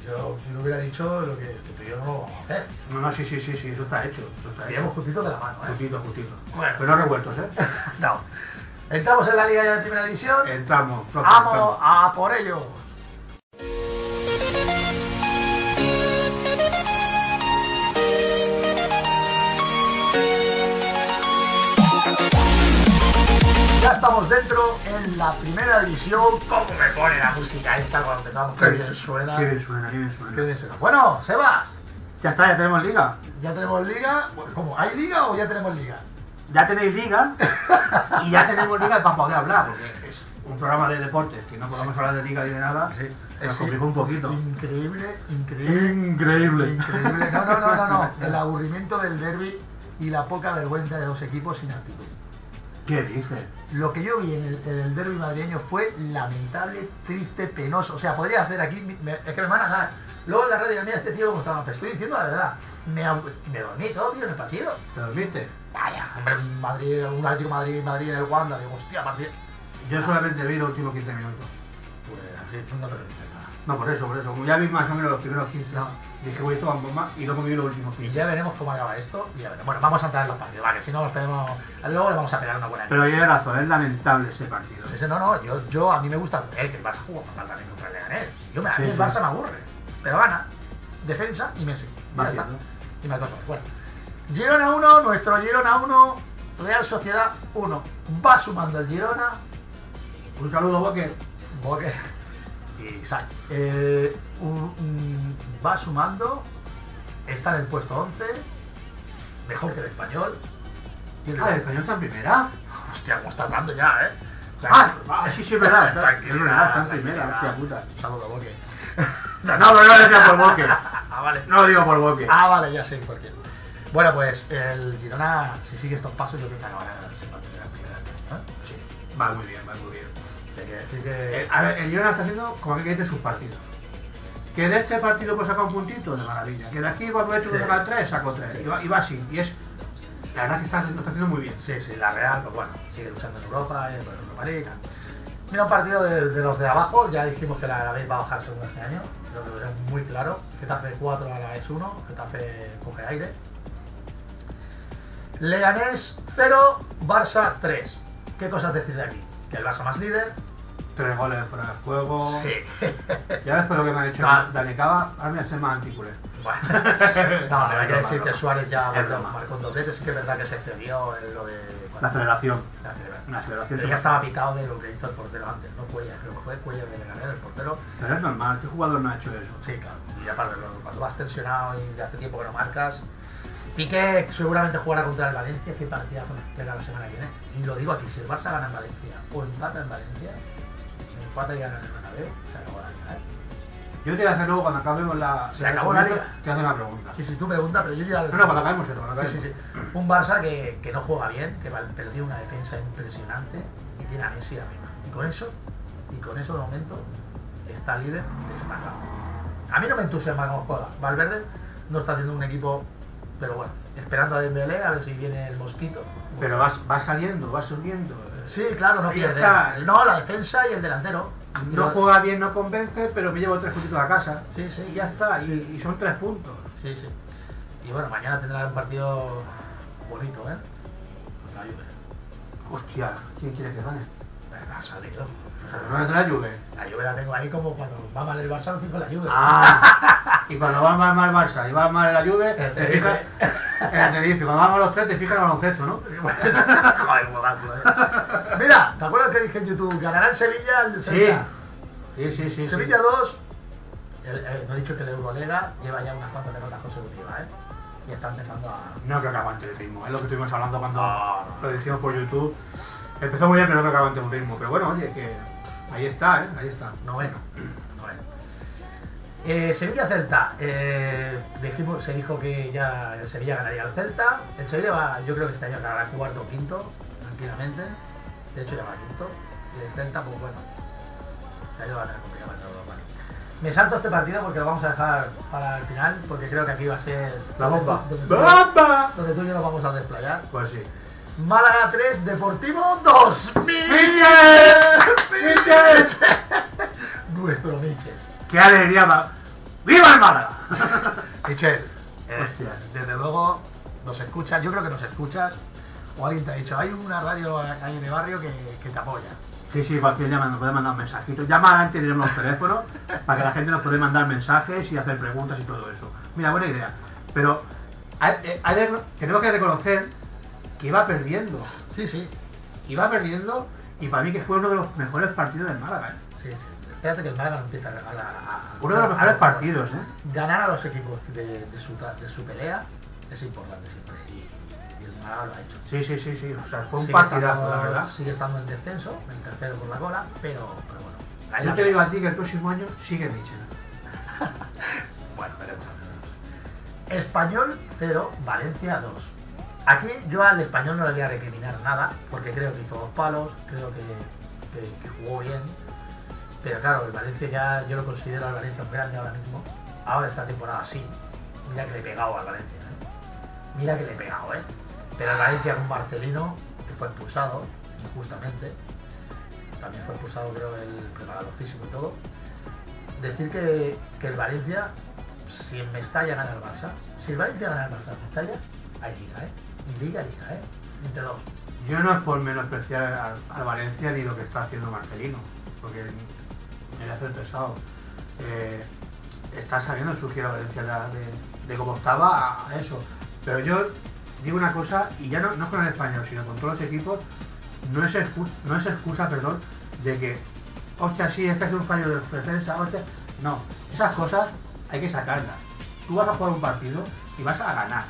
B: Yo no hubiera dicho lo que, que tú y yo no vamos a hacer.
C: No, no, sí, sí, sí, sí, eso está hecho. Eso está hecho.
B: Estaríamos justitos de la mano, ¿eh?
C: Justito, justito.
B: Bueno.
C: Pero no revueltos, ¿eh?
B: No. Entramos en la Liga de Primera División.
C: Entramos, profe, entramos.
B: ¡Vamos a por ellos! Ya estamos dentro en la primera división. ¿Cómo me pone la música esta cuando empezamos? Qué bien suena.
C: Qué bien suena, qué bien suena.
B: Qué bien suena. Bueno, Sebas,
C: Ya está, ya tenemos liga.
B: ¿ya tenemos liga? ¿Cómo? ¿Hay liga o ya tenemos liga?
C: Ya tenéis liga y ya tenemos liga para poder hablar, porque es un programa de deportes que no podemos hablar de liga ni de nada. Ah, Nos
B: Eh, Sí.
C: complicó un poquito.
B: Increíble, increíble.
C: Increíble.
B: Increíble. No, no, no, no, no. El aburrimiento del derby y la poca vergüenza de los equipos sin actitud.
C: ¿Qué dices?
B: Lo que yo vi en el, en el derby madrileño fue lamentable, triste, penoso. O sea, podría hacer aquí, me- es que me van a ganar. Luego en la radio, mira, este tío como estaba, te estoy diciendo la verdad. Me, au- me dormí todo, tío, en el partido.
C: ¿Te dormiste?
B: Vaya, hombre, Madrid, un Atlético Madrid, Madrid en el Wanda, digo, hostia, partido.
C: Yo solamente vi los últimos 15 minutos.
B: Pues así, no te lo dices nada.
C: No, por eso, por eso. Como ya vi más o menos los primeros 15, dije, voy, esto va en bomba, y luego vi los últimos
B: Y
C: 15.
B: ya veremos cómo acaba esto. Y ya veremos. Bueno, vamos a entrar en los partidos, vale, si no los tenemos. Luego le vamos a pegar una buena.
C: Pero ya razón, es lamentable ese partido.
B: Pues ese no, no, yo, yo a mí me gusta el que el Barça jugó fatal también contra el Leganés. Si yo me
C: Sí,
B: el
C: sí.
B: Barça me aburre. Pero gana, defensa y Messi. Ya
C: Va
B: está.
C: bien,
B: Y me Bueno, Girona 1, nuestro Girona 1, Real Sociedad 1. Va sumando el Girona,
C: Un saludo, Boque.
B: Boque y Sai. Eh, un- un- va sumando, está en el puesto 11, mejor que el español. Tiene-
C: Ah, el español está en primera.
B: Hostia, cómo está andando ya, ¿eh? O sea,
C: Ah, ah, sí, sí, es verdad. Está, es
B: Tranquilidad,
C: verdad, está en
B: tranquilidad.
C: primera, hostia puta.
B: Un saludo, Boque.
C: No, no, no lo decía por Boque.
B: Ah, vale.
C: No lo digo por Boque.
B: Ah, vale, ya sé por qué. Bueno, pues el Girona, si sigue estos pasos, yo creo que acabará sin mantener la primera. ¿eh? Sí.
C: Va muy bien, va muy bien.
B: Así que, así que-
C: Eh, a ver, el Girona está haciendo como que dice sus partidos. Que de este partido puedo sacar un puntito de maravilla. Que de aquí cuando he hecho
B: Sí.
C: sacar tres, saco tres.
B: Sí.
C: Y, va, y va así. Y es. La verdad que está haciendo, está haciendo muy bien.
B: Sí, sí, la Real, pues bueno, sigue luchando en Europa, eh, por Europa League. tal. Mira, un partido de, de los de abajo, ya dijimos que la Alavés va a bajar según este año, creo que lo es muy claro. Getafe 4 a la vez 1, Getafe coge aire. Leganés 0, Barça 3. ¿Qué cosas decir de aquí? Que el Barça más líder.
C: Tres goles fuera de juego.
B: Sí.
C: Ya ves por lo que me han hecho
B: Ah.
C: Dani Cava, ahora me voy a hacer más antículo.
B: Bueno, no,
C: No,
B: hay que
C: es broma,
B: decir que
C: broma.
B: Suárez ya
C: Es
B: marcó,
C: broma.
B: marcó un doblete, sí que es verdad que se excedió en lo de...
C: La aceleración.
B: La aceleración.
C: La aceleración
B: Pero
C: se
B: ya
C: va.
B: estaba picado de lo que hizo el portero antes, no Cuellar, creo que fue Cuellar que le gané el portero.
C: Pero es normal, ¿qué jugador no ha hecho eso?
B: Sí, claro. Y aparte, lo- cuando vas tensionado y de hace tiempo que no marcas. Piqué seguramente jugará contra el Valencia, que partida era la semana que viene. Y lo digo aquí, si el Barça gana en Valencia o empata en Valencia, empata y gana en el Bernabéu, se acabó la liga. ¿eh?
C: Yo te voy a hacer luego cuando acabemos la.
B: Se acabó la liga.
C: Te hago una pregunta.
B: Sí, sí, tú preguntas, pero yo ya...
C: No, no, cuando acabemos esto, cuando
B: Sí, sí,
C: acabemos.
B: sí. Un Barça que, que no juega bien, que va- pero tiene una defensa impresionante y tiene a Messi arriba. Y con eso, y con eso de momento, está líder destacado. A mí no me entusiasma cómo juega. Valverde no está haciendo un equipo, pero bueno, esperando a Dembélé a ver si viene el mosquito.
C: Pero vas, vas saliendo, vas subiendo. eh,
B: Sí, claro, no
C: Ahí
B: pierde.
C: está.
B: No, la defensa y el delantero.
C: No juega bien, no convence, pero me llevo tres puntitos a casa.
B: Sí, sí,
C: Y ya está, y, y son tres puntos.
B: Sí, sí. Y bueno, mañana tendrá un partido bonito, ¿eh? Contra la Juve.
C: Hostia, ¿quién quiere que gane?
B: Venga, salido.
C: Pero no es de la Juve.
B: La Juve la tengo ahí como cuando va mal el Barça, lo fijo en la Juve.
C: Ah, y cuando va mal, mal Barça y va mal la Juve,
B: El
C: te fijas en el Tenerife. Cuando van mal los tres, te fijas en el baloncesto, ¿no?
B: Joder, juegazo, eh. Mira, ¿te acuerdas que dije en YouTube? Ganará el Sevilla el
C: Sí,
B: Sevilla.
C: sí, sí, sí. sí.
B: Sevilla 2. El- el- no he dicho que el Eurolega lleva ya unas cuantas derrotas consecutivas, ¿eh? Y está empezando a.
C: No creo que aguante el ritmo, es lo que estuvimos hablando cuando
B: No,
C: lo dijimos por YouTube. Empezó muy bien, pero no creo que aguante un ritmo. Pero bueno, oye, que ahí está, ¿eh? Ahí está.
B: Noveno. Noveno. Eh, Sevilla Celta. Eh, dijimos, se dijo que ya el Sevilla ganaría al Celta. El Sevilla va, yo creo que este año ganará cuarto o quinto, tranquilamente. De hecho ya va quinto. Y el Celta, pues bueno. Este año va a tener complicado el Europa. Me salto este partido porque lo vamos a dejar para el final, porque creo que aquí va a ser
C: La bomba. ¡Ah!
B: Donde, tú-
C: ¡Bomba!
B: donde tú y yo nos vamos a desplayar.
C: Pues sí.
B: Málaga 3, Deportivo 2.
C: ¡Michel!
B: Nuestro Michel.
C: ¡Qué alegría! va! ¡Viva el Málaga!
B: Michel, eh,
C: Hostias.
B: desde luego nos escuchas, yo creo que nos escuchas, o alguien te ha dicho, hay una radio ahí en el barrio que, que te apoya.
C: Sí, sí, cualquier llamada nos puede mandar un mensajito. Llama antes de los teléfonos para que la gente nos puede mandar mensajes y hacer preguntas y todo eso. Mira, buena idea. Pero hay- eh, hay de- tenemos que reconocer que iba perdiendo.
B: Sí, sí,
C: Iba perdiendo y para mí que fue uno de los mejores partidos del Málaga. ¿eh?
B: sí, sí. Espérate que el Málaga empieza a, a- a-
C: Uno de los mejores partidos, ¿eh?
B: Ganar a los equipos de, de su, tra- de su pelea es importante siempre. Y, y el Málaga lo ha hecho.
C: Sí, sí, sí, sí. O sea, fue un
B: Sigue
C: partidazo,
B: estando-
C: la verdad.
B: Sigue estando en descenso, en tercero por la cola, pero, pero bueno. ahí
C: Yo
B: la
C: te
B: pelea.
C: digo a ti que el próximo año sigue Michel.
B: Bueno, veremos. a ver. Español 0, Valencia 2. Aquí yo al español no le voy a recriminar nada, porque creo que hizo dos palos, creo que, que- que jugó bien. Pero claro, el Valencia ya, yo lo considero al Valencia un grande ahora mismo. Ahora esta temporada sí. Mira que le he pegado al Valencia. ¿eh? Mira que le he pegado, ¿eh? Pero el Valencia con Marcelino, que fue expulsado injustamente. También fue expulsado creo el preparador físico y todo. Decir que, que el Valencia, si en Mestalla gana el Barça, si el Valencia gana el Barça en Mestalla, hay liga, ¿eh? Y liga, liga, ¿eh? Entre dos.
C: Yo no es por menospreciar al, al Valencia ni lo que está haciendo Marcelino, porque me voy a hacer pesado. Eh, está sabiendo surgir a Valencia de, de- de cómo estaba a, a eso. Pero yo digo una cosa, y ya no, no con el español, sino con todos los equipos, no es, excu- no es excusa, perdón, de que, hostia, sí, es que hace un fallo de defensa, hostia. No, esas cosas hay que sacarlas. Tú vas a jugar un partido y vas a ganar.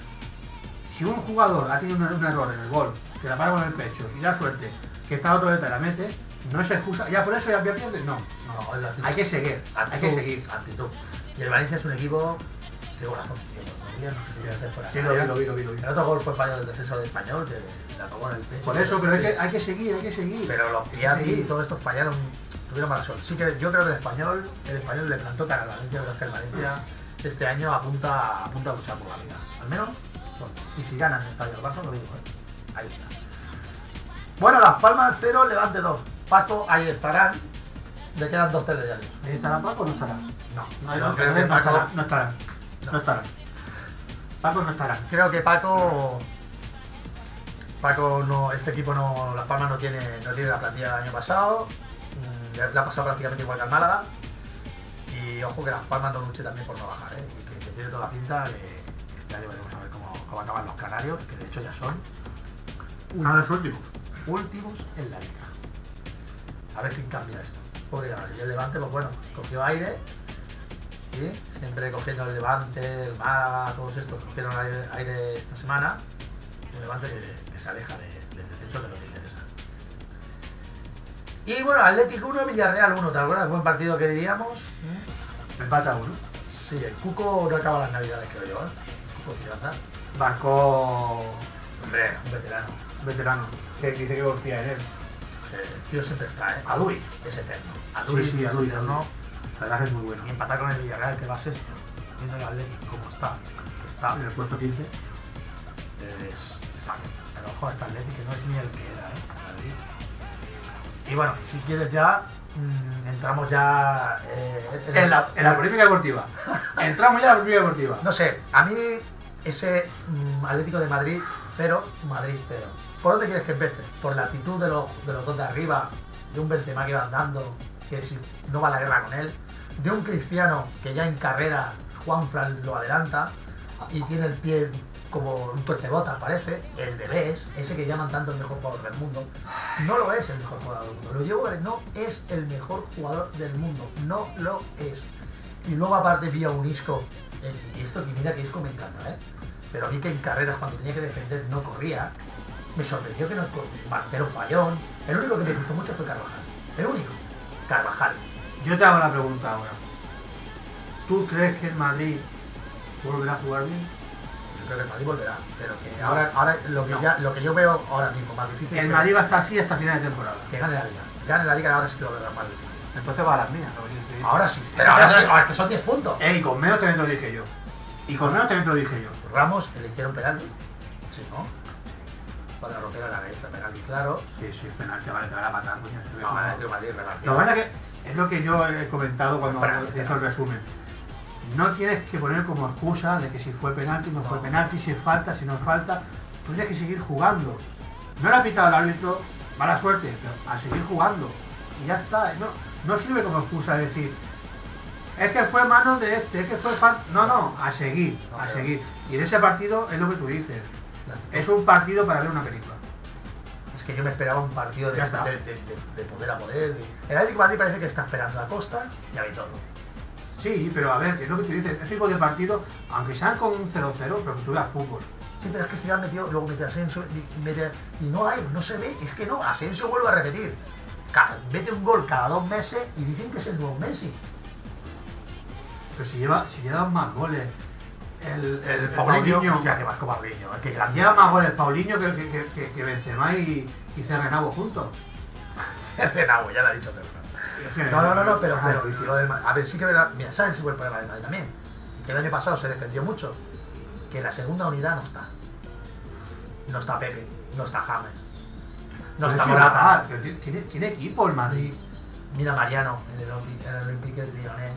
C: Si un jugador ha tenido un, un error en el gol, que la para con el pecho y da suerte, que está otro detrás y la mete, no es excusa. Ya por eso ya pierdes, no.
B: No, el Atlético-
C: Hay que seguir, hay que
B: Actitud,
C: seguir.
B: Actitud. Y el Valencia es un equipo que corazón tiene. Los días no se quiere hacer fuera.
C: Sí, lo vi, lo vi, lo vi, lo vi.
B: El otro gol fue fallo del defensa de español, que la tomó en el pecho.
C: Por eso, pero hay que,
B: Sí.
C: hay que seguir, hay que seguir.
B: Pero los Piatti y todos estos fallaron, tuvieron mala sol. Sí que yo creo que el español, el español le plantó cara al Valencia, pero es que el Valencia este año apunta, apunta a luchar por la vida. Al menos, bueno, y si ganan el estadio del Barça, lo digo, ¿eh? Ahí está. Bueno, Las Palmas 0, Levante 2. Paco, ahí estarán. Le quedan dos telediarios.
C: ¿Eh, ¿Estará Paco o no estará?
B: No,
C: No,
B: yo
C: no,
B: creo que
C: no estará,
B: Paco,
C: no estará. No estará. Paco no estará.
B: creo que Paco, Paco no, este equipo no, Las Palmas no tiene, no tiene la plantilla del año pasado, Mm, le le ha pasado prácticamente igual que al Málaga, y ojo que Las Palmas no luche también por no bajar, ¿eh? Y que, que tiene toda la pinta de que este año veremos a ver cómo, cómo acaban los Canarios, que de hecho ya son
C: Uno de los últimos.
B: últimos en la liga. A ver quién cambia esto. Porque claro, y el Levante, pues bueno, cogió aire. ¿sí? Siempre cogiendo el Levante, el Málaga, todos estos cogieron aire, aire esta semana. Un Levante que, que se aleja de- del descenso de lo que interesa. Y bueno, Atlético 1, Villarreal 1, ¿te acuerdas? Buen partido que diríamos. ¿eh?
C: Empata uno.
B: Sí, el Cuco no acaba las navidades, creo yo. ¿eh? El Cuco Tiranda.
C: Barco
B: Hombre, un veterano. Pues
C: veterano. Que dice que confía en él.
B: El tío siempre está, ¿eh?
C: Aduy.
B: Es eterno.
C: Sí, sí,
B: es
C: Aduy,
B: eterno.
C: Aduy. La verdad que es muy bueno.
B: Y empatar con el Villarreal, que va sexto, viendo el Atlético como está, que está,
C: En el puesto 15.
B: es, está bien. Pero ojo, este Atlético que no es ni el que era, ¿eh? Madrid. Y bueno, si quieres ya, mm, entramos ya eh,
C: En la, en la polémica deportiva. Entramos ya en la polémica deportiva.
B: No sé, a mí ese mm, Atlético de Madrid cero, Madrid cero. ¿Por dónde quieres que empiece? ¿Por la actitud de los, de los dos de arriba? ¿De un Benzema que va andando, que si no va a la guerra con él? ¿De un Cristiano que ya en carrera Juanfran lo adelanta y tiene el pie como un torcebota, parece? El de Bes, ese que llaman tanto el mejor jugador del mundo. No lo es el mejor jugador del mundo. Lo llevo, no es el mejor jugador del mundo. No lo es. Y luego aparte vi a un Isco, eh, y esto que mira que Isco me encanta, ¿eh? Pero vi que en carreras cuando tenía que defender no corría. Me sorprendió que no corría. Marcelo Fallón. El único que me gustó mucho fue Carvajal. El único. Carvajal.
C: Yo te hago la pregunta ahora. ¿Tú crees que el Madrid volverá a jugar bien?
B: Yo creo que el Madrid volverá. Pero que ahora, ahora lo, que ya- lo que yo veo ahora mismo más difícil
C: El
B: es
C: Madrid va a estar así hasta final de temporada.
B: que gane la liga. Gane la liga ahora sí que lo veo más difícil.
C: Entonces va a las mías. lo que yo te digo.
B: Ahora sí. Pero ahora sí. Ahora que son 10 puntos.
C: Ey, con menos también te lo dije yo. Y con menos también te lo dije yo.
B: Ramos, que le hicieron penalti. Sí, ¿no? Para romper a la vez, penalti, claro.
C: Sí, sí, penalti, vale, te van a matar, coño. se ve
B: No,
C: mal.
B: el Atlético de Madrid repartió.
C: Lo que pasa es que es lo que yo he comentado cuando
B: Espera,
C: he hecho el resumen. No tienes que poner como excusa de que si fue penalti, no fue
B: No.
C: penalti, si es falta, si no es falta. Tú tienes que seguir jugando. No le ha pitado el árbitro, mala suerte, pero a seguir jugando. Y ya está. No, no sirve como excusa decir, es que fue mano de este, es que fue falta. No, no, a seguir,
B: No,
C: a
B: pero-
C: seguir. Y en ese partido es lo que tú dices.
B: La-
C: Es un partido para ver una película.
B: Es que yo me esperaba un partido de,
C: Ya está.
B: de, de- de- de poder a poder. de- El Atlético de Madrid parece que está esperando a Costa y a Vitorno.
C: Sí, pero a ver, es lo que tú dices, ese tipo de partido, aunque sean con un 0-0, pero que tú veas fútbol.
B: Sí, pero es que Zidane metió, luego mete a Asensio y, mete- y no hay, no se ve. Es que no, Asensio vuelve a repetir. Cada- mete un gol cada dos meses y dicen que es el nuevo Messi.
C: Pero si lleva, si llevan más goles. El, el,
B: Paulinho,
C: Paulinho,
B: hostia, que marcó Paulinho. eh, Que grande.
C: lleva más goles Paulinho que, que, que, que Benzema y, y Cerrenabo juntos.
B: Renau, ya lo ha dicho Cerro.
C: Es que-
B: No, no, no, no, pero,
C: Ah,
B: pero
C: sí, sí.
B: lo del Ma- a ver, sí que verá. Mira, ¿sabes si fue el problema del Madrid también? que el año pasado se defendió mucho, que la segunda unidad no está. No está Pepe, no está James, no
C: Pero
B: está
C: si
B: Morata.
C: va, que ti- tiene, tiene equipo el Madrid.
B: Mira Mariano en el Olympi- en el Olympique de ¿eh? Lyonnais.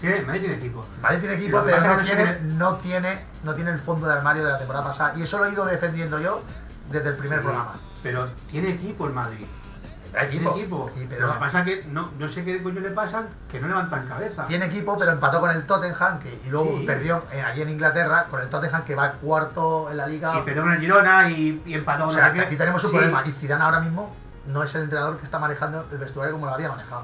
C: Tiene, el Madrid tiene equipo.
B: Madrid tiene equipo,
C: Lo que
B: pero
C: pasa
B: no
C: es que
B: tiene,
C: se
B: no, tiene, no tiene el fondo de armario de la temporada pasada. Y eso lo he ido defendiendo yo desde el primer programa.
C: Pero tiene equipo el Madrid.
B: Hay
C: Tiene equipo.
B: Sí,
C: Lo
B: pero
C: que pasa es que no, no sé qué coño le pasan, que no levantan cabeza.
B: tiene equipo, pero empató con el Tottenham, que, y luego
C: Sí.
B: perdió eh, allí en Inglaterra con el Tottenham, que va cuarto en la liga.
C: Y perdió con el Girona y, y empató
B: o
C: con no
B: sea,
C: sé
B: que
C: qué.
B: aquí tenemos un
C: Sí.
B: problema. Y Zidane ahora mismo no es el entrenador que está manejando el vestuario como lo había manejado.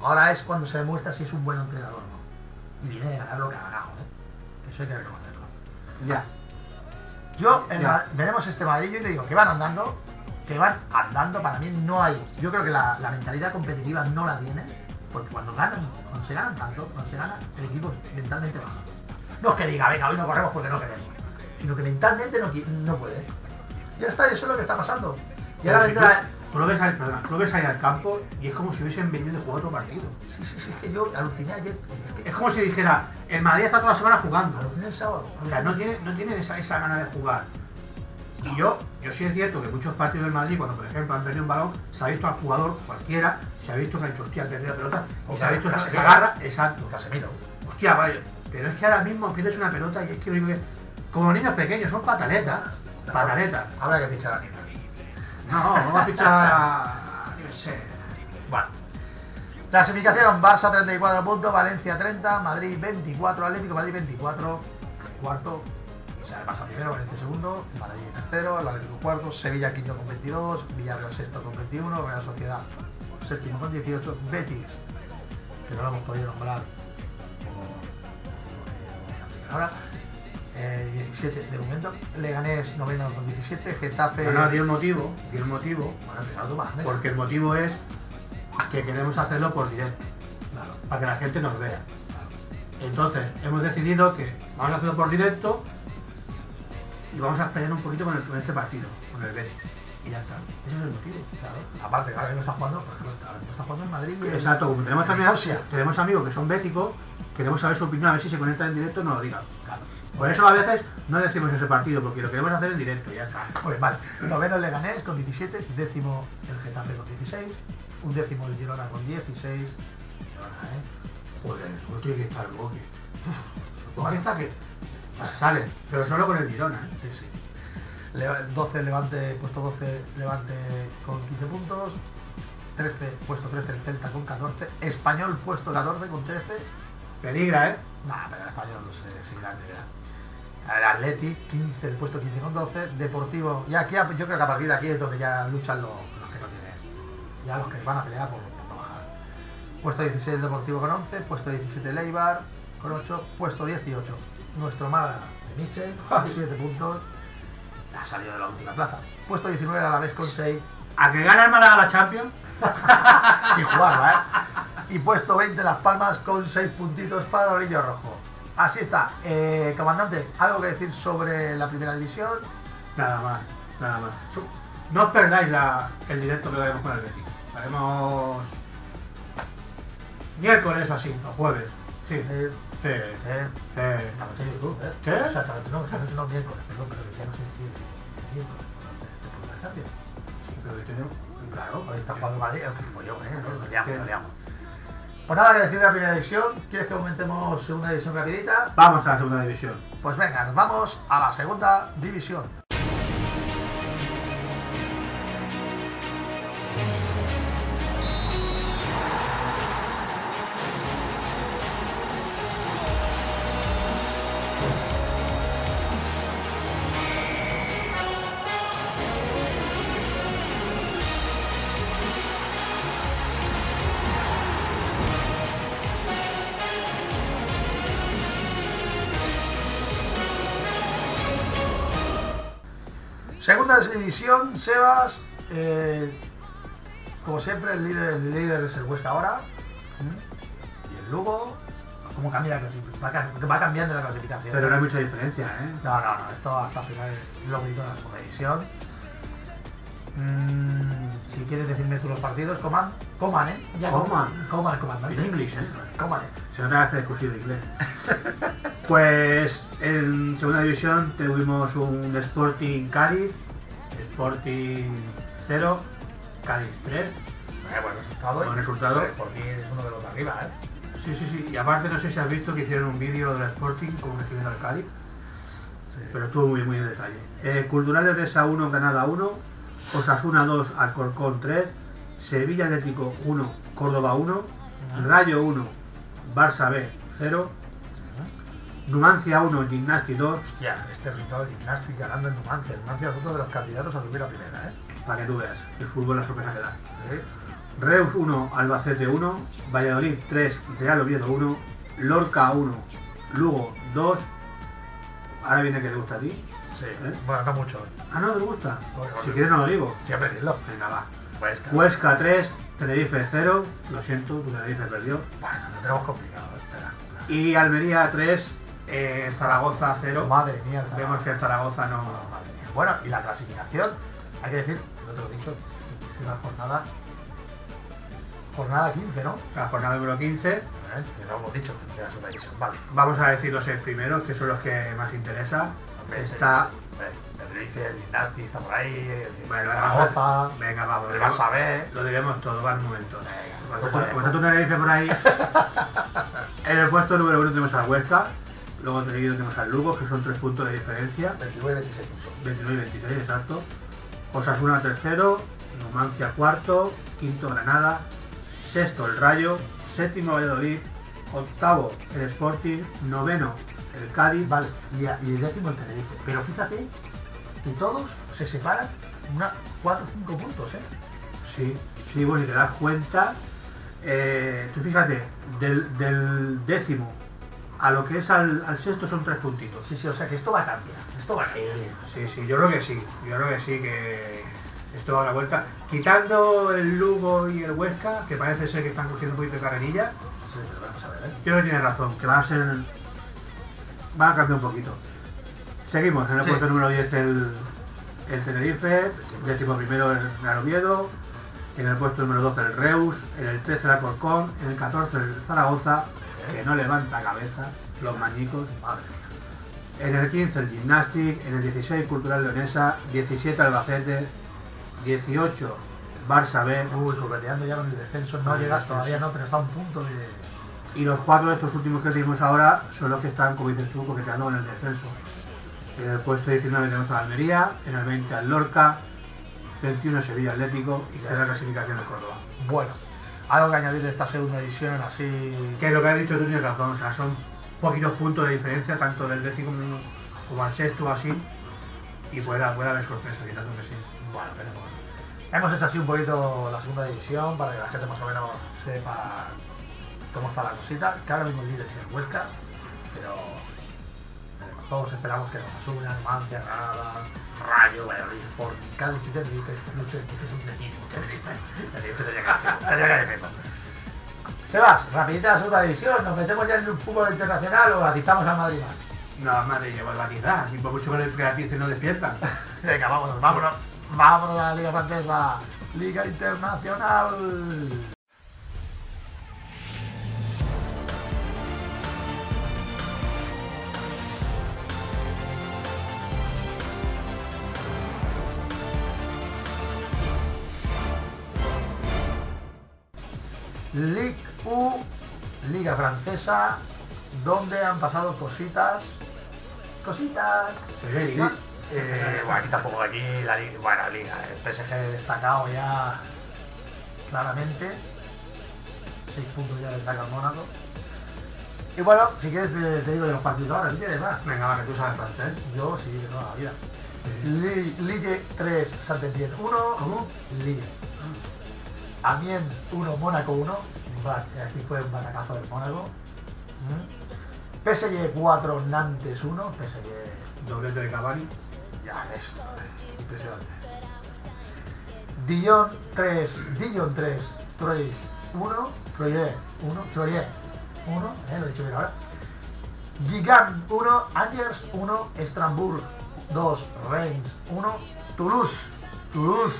B: Ahora es cuando se demuestra si es un buen entrenador o no. Y viene de ganar lo que ha ganado, ¿eh? Que Eso hay que reconocerlo.
C: Ya.
B: Yo, en
C: Ya.
B: la- veremos este Madrid, yo te digo que van andando, que van andando, para mí no hay. Yo creo que la, la mentalidad competitiva no la tiene, porque cuando ganan, cuando se ganan tanto, cuando se gana, el equipo mentalmente baja. No es que diga, venga, hoy no corremos porque no queremos, sino que mentalmente no, qui- no puede. Ya está, eso es lo que está pasando. Y ahora
C: Pero si
B: vendrá.
C: tú, tú lo ves al, perdona, tú lo ves ahí al campo y es como si hubiesen venido de jugar otro partido.
B: Sí, sí, sí, es que yo aluciné ayer, es que
C: Es como si dijera, el Madrid está toda la semana jugando.
B: aluciné el sábado.
C: O sea, no tiene, no tiene esa, esa gana de jugar. Y yo, yo sí es cierto que muchos partidos del Madrid, cuando por ejemplo han perdido un balón, se ha visto al jugador cualquiera, se ha visto que ha dicho, hostia, ha perdido la pelota, y
B: O
C: se ha visto esa,
B: Casemiro.
C: esa garra, exacto.
B: Casemiro.
C: Hostia, vaya. Pero es que ahora mismo pierdes una pelota y es que lo único que- Como niños pequeños, son pataletas. Pataletas.
B: Habrá que fichar a Neymar.
C: No, no va a fichar a... yo qué sé.
B: Bueno. Clasificación, Barça 34 puntos, Valencia 30, Madrid 24, Atlético de Madrid 24, cuarto, o sea, el Barça primero, Valencia segundo, Madrid tercero, el Atlético cuarto, Sevilla quinto con 22, Villarreal sexto con 21, Real Sociedad séptimo con 18, Betis, que no lo hemos podido nombrar como, como- ahora, eh, 17 de momento, Leganés noveno con 17, Getafe...
C: Pero no, dio un motivo, dio un motivo,
B: Bueno, pero tú vas, ¿eh?
C: porque el motivo es que queremos hacerlo por directo, para que la gente nos vea. Entonces, hemos decidido que vamos a hacerlo por directo y vamos a esperar un poquito con, el- con este partido, con el Betis. Y ya está. Ese es el motivo.
B: Aparte, ahora mismo está jugando, por ejemplo, ahora mismo está jugando en Madrid. y en-
C: Mm. Exacto, como tenemos también
B: Nicosia.
C: tenemos amigos que son béticos, queremos saber su opinión, a ver si se conectan en directo no lo digan. Por eso a veces no decimos ese partido, porque lo queremos hacer en directo, ya está.
B: Pues vale, noveno el Leganés con 17, décimo el Getafe con 16, un décimo el Girona con 16. Girona, ¿eh?
C: Joder, solo tiene que estar el Boque. El
B: Pues
C: Boque está Pues que se sale, pero solo con el Girona, ¿eh?
B: Sí, sí. Leva- 12 Levante, puesto 12 Levante con 15 puntos, 13, puesto 13 el Celta con 14, Español puesto 14 con 13.
C: Peligra, ¿eh?
B: Nah, pero el Español no sé si grande, ¿verdad? El Atleti, 15, el puesto 15 con 12, Deportivo, y aquí a- yo creo que a partir de aquí es donde ya luchan los, los que no tienen. ya los que van a pelear por, por no bajar. Puesto 16 el Deportivo con 11, puesto 17 el Eibar con 8, puesto 18 nuestro Málaga de Michel con 7 puntos, ha salido de la última plaza. Puesto 19 a la vez con 6,
C: ¿A que gana el Málaga la Champions?
B: sin jugarlo, ¿eh? Y puesto 20 Las Palmas con 6 puntitos para Orillo Rojo. Así está. Eh, comandante, ¿algo que decir sobre la primera división?
C: Nada más, nada más. Su- No os perdáis la- el directo que haremos con el Betis. Haremos miércoles o así, o jueves. Sí,
B: Eh,
C: sí,
B: eh,
C: sí.
B: esta noche en YouTube, ¿eh?
C: ¿Qué?
B: O sea, esta noche no, esta noche no, miércoles, perdón, pero este que ya no sé si es miércoles. por la Champions.
C: Pero que tiene-
B: Claro, hoy está jugando Madrid, eh, pues yo, ¿eh? Nos liamos, nos liamos. Pues nada, que decir de la primera división. ¿Quieres que aumentemos segunda división rapidita?
C: Vamos a la segunda división.
B: Pues venga, nos vamos a la segunda división. Segunda división, Sebas, eh, como siempre, el líder, el líder es el Huesca ahora. ¿m? Y el Lugo, ¿cómo cambia la clasificación? Va cambiando la clasificación.
C: Pero no hay mucha diferencia, ¿eh?
B: No, no, no, esto hasta final es lo que hizo la segunda división. Mm, si quieres decirme tú los partidos, coman, coman, ¿eh?
C: Coman.
B: coman, coman, ¿no?
C: En inglés, ¿eh?
B: Coman, ¿eh?
C: Se nota que hace exclusivo de inglés. Pues en segunda división tuvimos un Sporting Cádiz, Sporting 0, Cádiz 3.
B: Eh, buen resultado.
C: Buen resultado.
B: Porque es uno de los de arriba, ¿eh?
C: Sí, sí, sí. Y aparte no sé si has visto que hicieron un vídeo del Sporting con recibiendo al Cádiz, pero estuvo muy, muy en detalle. Eh, Culturales de Esa 1, Granada 1, Osasuna 2, Alcorcón 3, Sevilla Atlético 1, Córdoba 1, Rayo 1, Barça B 0, Numancia 1, Gimnasti 2,
B: Ya, este resultado de gimnástica ganando en Numancia. Numancia es otro de los candidatos a subir a primera, ¿eh?
C: para que tú veas, el fútbol la sorpresa que da.
B: Sí.
C: Reus 1, Albacete 1, Valladolid 3, Real Oviedo 1, Lorca 1, Lugo 2. Ahora viene que te gusta a ti.
B: Sí.
C: ¿Eh?
B: Bueno, no mucho.
C: Ah, no, te gusta.
B: Bueno,
C: Si
B: sí.
C: quieres no lo digo.
B: Siempre decirlo.
C: Venga, va.
B: Pues que-
C: Huesca 3, Tenerife 0. Lo siento, tu Tenerife perdió.
B: Bueno, lo tenemos complicado, espera.
C: Y Almería 3, eh, Zaragoza 0.
B: Madre mía, el
C: Vemos que el Zaragoza no...
B: Bueno, madre mía. Bueno, y la clasificación, hay que decir, no te lo he dicho, es una jornada, jornada 15, ¿no?
C: La jornada número 15.
B: ¿Eh? Que no hemos dicho, de la segunda división, vale.
C: Vamos a decir los seis primeros, que son los que más interesan.
B: Hombre,
C: Está...
B: sí, hombre, El Tenerife, el Gimnasti está por ahí, el
C: Bueno,
B: Zaragoza,
C: Venga, vamos.
B: el Barça B.
C: Lo diremos todo, va el momento.
B: Venga,
C: Como
B: pues,
C: está- como está tu nariz por ahí. en el puesto número uno tenemos al Huesca, luego seguido tenemos al Lugo, que son tres puntos de diferencia,
B: 29 26 puntos.
C: 29 y 26 exacto. Osasuna tercero, Numancia cuarto, quinto Granada, sexto el Rayo, séptimo Valladolid, octavo el Sporting, noveno el Cádiz,
B: Vale, y, a- y el décimo el Tenerife. Pero fíjate que todos se separan una 4 o 5 puntos, ¿eh?
C: Sí, sí, bueno, y te das cuenta. eh, tú fíjate, del, del décimo a lo que es al, al sexto son tres puntitos.
B: Sí, sí, o sea que esto va a cambiar, esto va a cambiar.
C: Sí, sí, yo creo que sí, yo creo que sí, que esto va a la vuelta. Quitando el Lugo y el Huesca, que parece ser que están cogiendo un poquito de carrerilla,
B: Sí, pero vamos a ver, ¿eh?
C: yo creo que tiene razón, que van a ser. van a cambiar un poquito. Seguimos, en el
B: Sí.
C: puesto número 10 el, el Tenerife, décimo primero el Real Oviedo, en el puesto número 12 el Reus, en el 13 el Alcorcón, en el 14 el Zaragoza, que no levanta cabeza, los mañicos,
B: Madre mía.
C: en el 15 el Gymnastic, en el 16 Cultural Leonesa, 17 Albacete, 18 Barça B,
B: Uy, correteando ya con el descenso, no
C: Vale,
B: llegas
C: sí,
B: todavía,
C: sí.
B: no, pero está a un punto de...
C: Y los cuatro de estos últimos que tenemos ahora son los que están, como dices tú, coqueteando en el descenso. En el puesto 19 tenemos a Almería, en el 20 al Lorca, 21 Sevilla Atlético y queda la clasificación en Córdoba.
B: Bueno, algo que añadir de esta segunda edición, así...
C: Que lo que has dicho tú tienes razón, o sea, son poquitos puntos de diferencia, tanto del décimo como al sexto, así, y puede, puede haber sorpresa, y tanto que sí.
B: Bueno, tenemos... Hemos hecho así un poquito la segunda división para que la gente más o menos sepa cómo está la cosita. Que ahora mismo el líder es el Huesca, pero veremos. todos esperamos que nos una Numancia, Granada, Rayo, Valladolid, por Cádiz y Tenerife, luche, que es un equipo, Tenerife, Tenerife te llega al cielo, te llega al cielo. Sebas, rapidita la segunda división, nos metemos ya en un fútbol internacional o atizamos a Madrid más.
C: No, madre, llevo el batizar, así por mucho que el creativo no despierta.
B: Venga, vámonos, vámonos. Vámonos a la Liga Francesa. Liga Internacional. Ligue U, Liga Francesa, donde han pasado cositas. Cositas. Eh, bueno, aquí tampoco aquí la liga, bueno, liga, el PSG destacado ya claramente. Seis puntos ya destaca el Mónaco. Y bueno, si quieres eh, te digo de los partidos ahora, si quieres va.
C: Venga, va, que tú sabes ¿eh? francés.
B: Yo sí, de toda la vida. Li- Ligue 3, saint 1.
C: ¿Cómo? Ah.
B: Ligue. Amiens 1, Mónaco 1. Va, que Aquí fue un batacazo del Mónaco. Mm. PSG 4, Nantes 1. PSG
C: Doblete de Cavani.
B: ya ves, impresionante. Dillon 3, Dillon 3, Troy E 1, Troyer 1, Troyer 1, eh, lo he dicho bien ahora. Gigant 1, Angers 1, Estrasburgo 2, Reims 1, Toulouse, Toulouse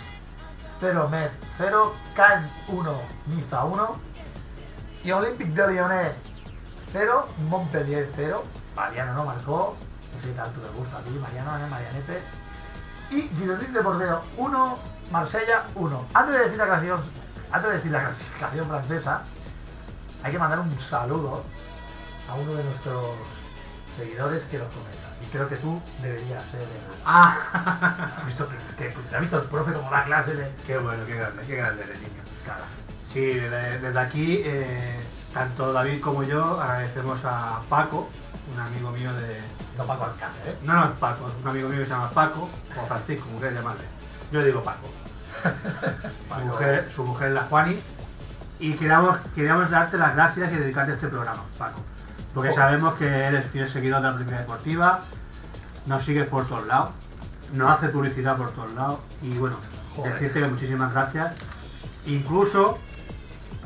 B: 0, Met 0, Cannes 1, Niza 1 y Olympique de Lyonnais 0, Montpellier 0, Mariano no marcó, ese que tanto te gusta a ti, Mariano, ¿eh? Marianete. Y Girotic de Bordeaux 1, Marsella 1. Antes de decir la canción, antes de decir la clasificación francesa, hay que mandar un saludo a uno de nuestros seguidores que lo comenta. Y creo que tú deberías ser el...
C: Ah,
B: ¿Has visto, que, que- ¿Has visto el profe como la clase de
C: qué bueno, qué grande, qué grande eres, niño.
B: cara?
C: Sí, desde, desde aquí, eh, tanto David como yo agradecemos a Paco, un amigo mío de...
B: No Paco Alcácer, ¿eh?
C: No, no es Paco, es un amigo mío que se llama Paco, o Francisco, como quieras llamarle. Yo le digo Paco.
B: ¿eh?
C: su, mujer, su mujer es la Juani. Y queríamos, queríamos darte las gracias y dedicarte este programa, Paco. Porque sabemos que eres fiel seguidor de la Primera Deportiva, nos sigues por todos lados, nos hace publicidad por todos lados. Y bueno,
B: Joder.
C: decirte que muchísimas gracias. Incluso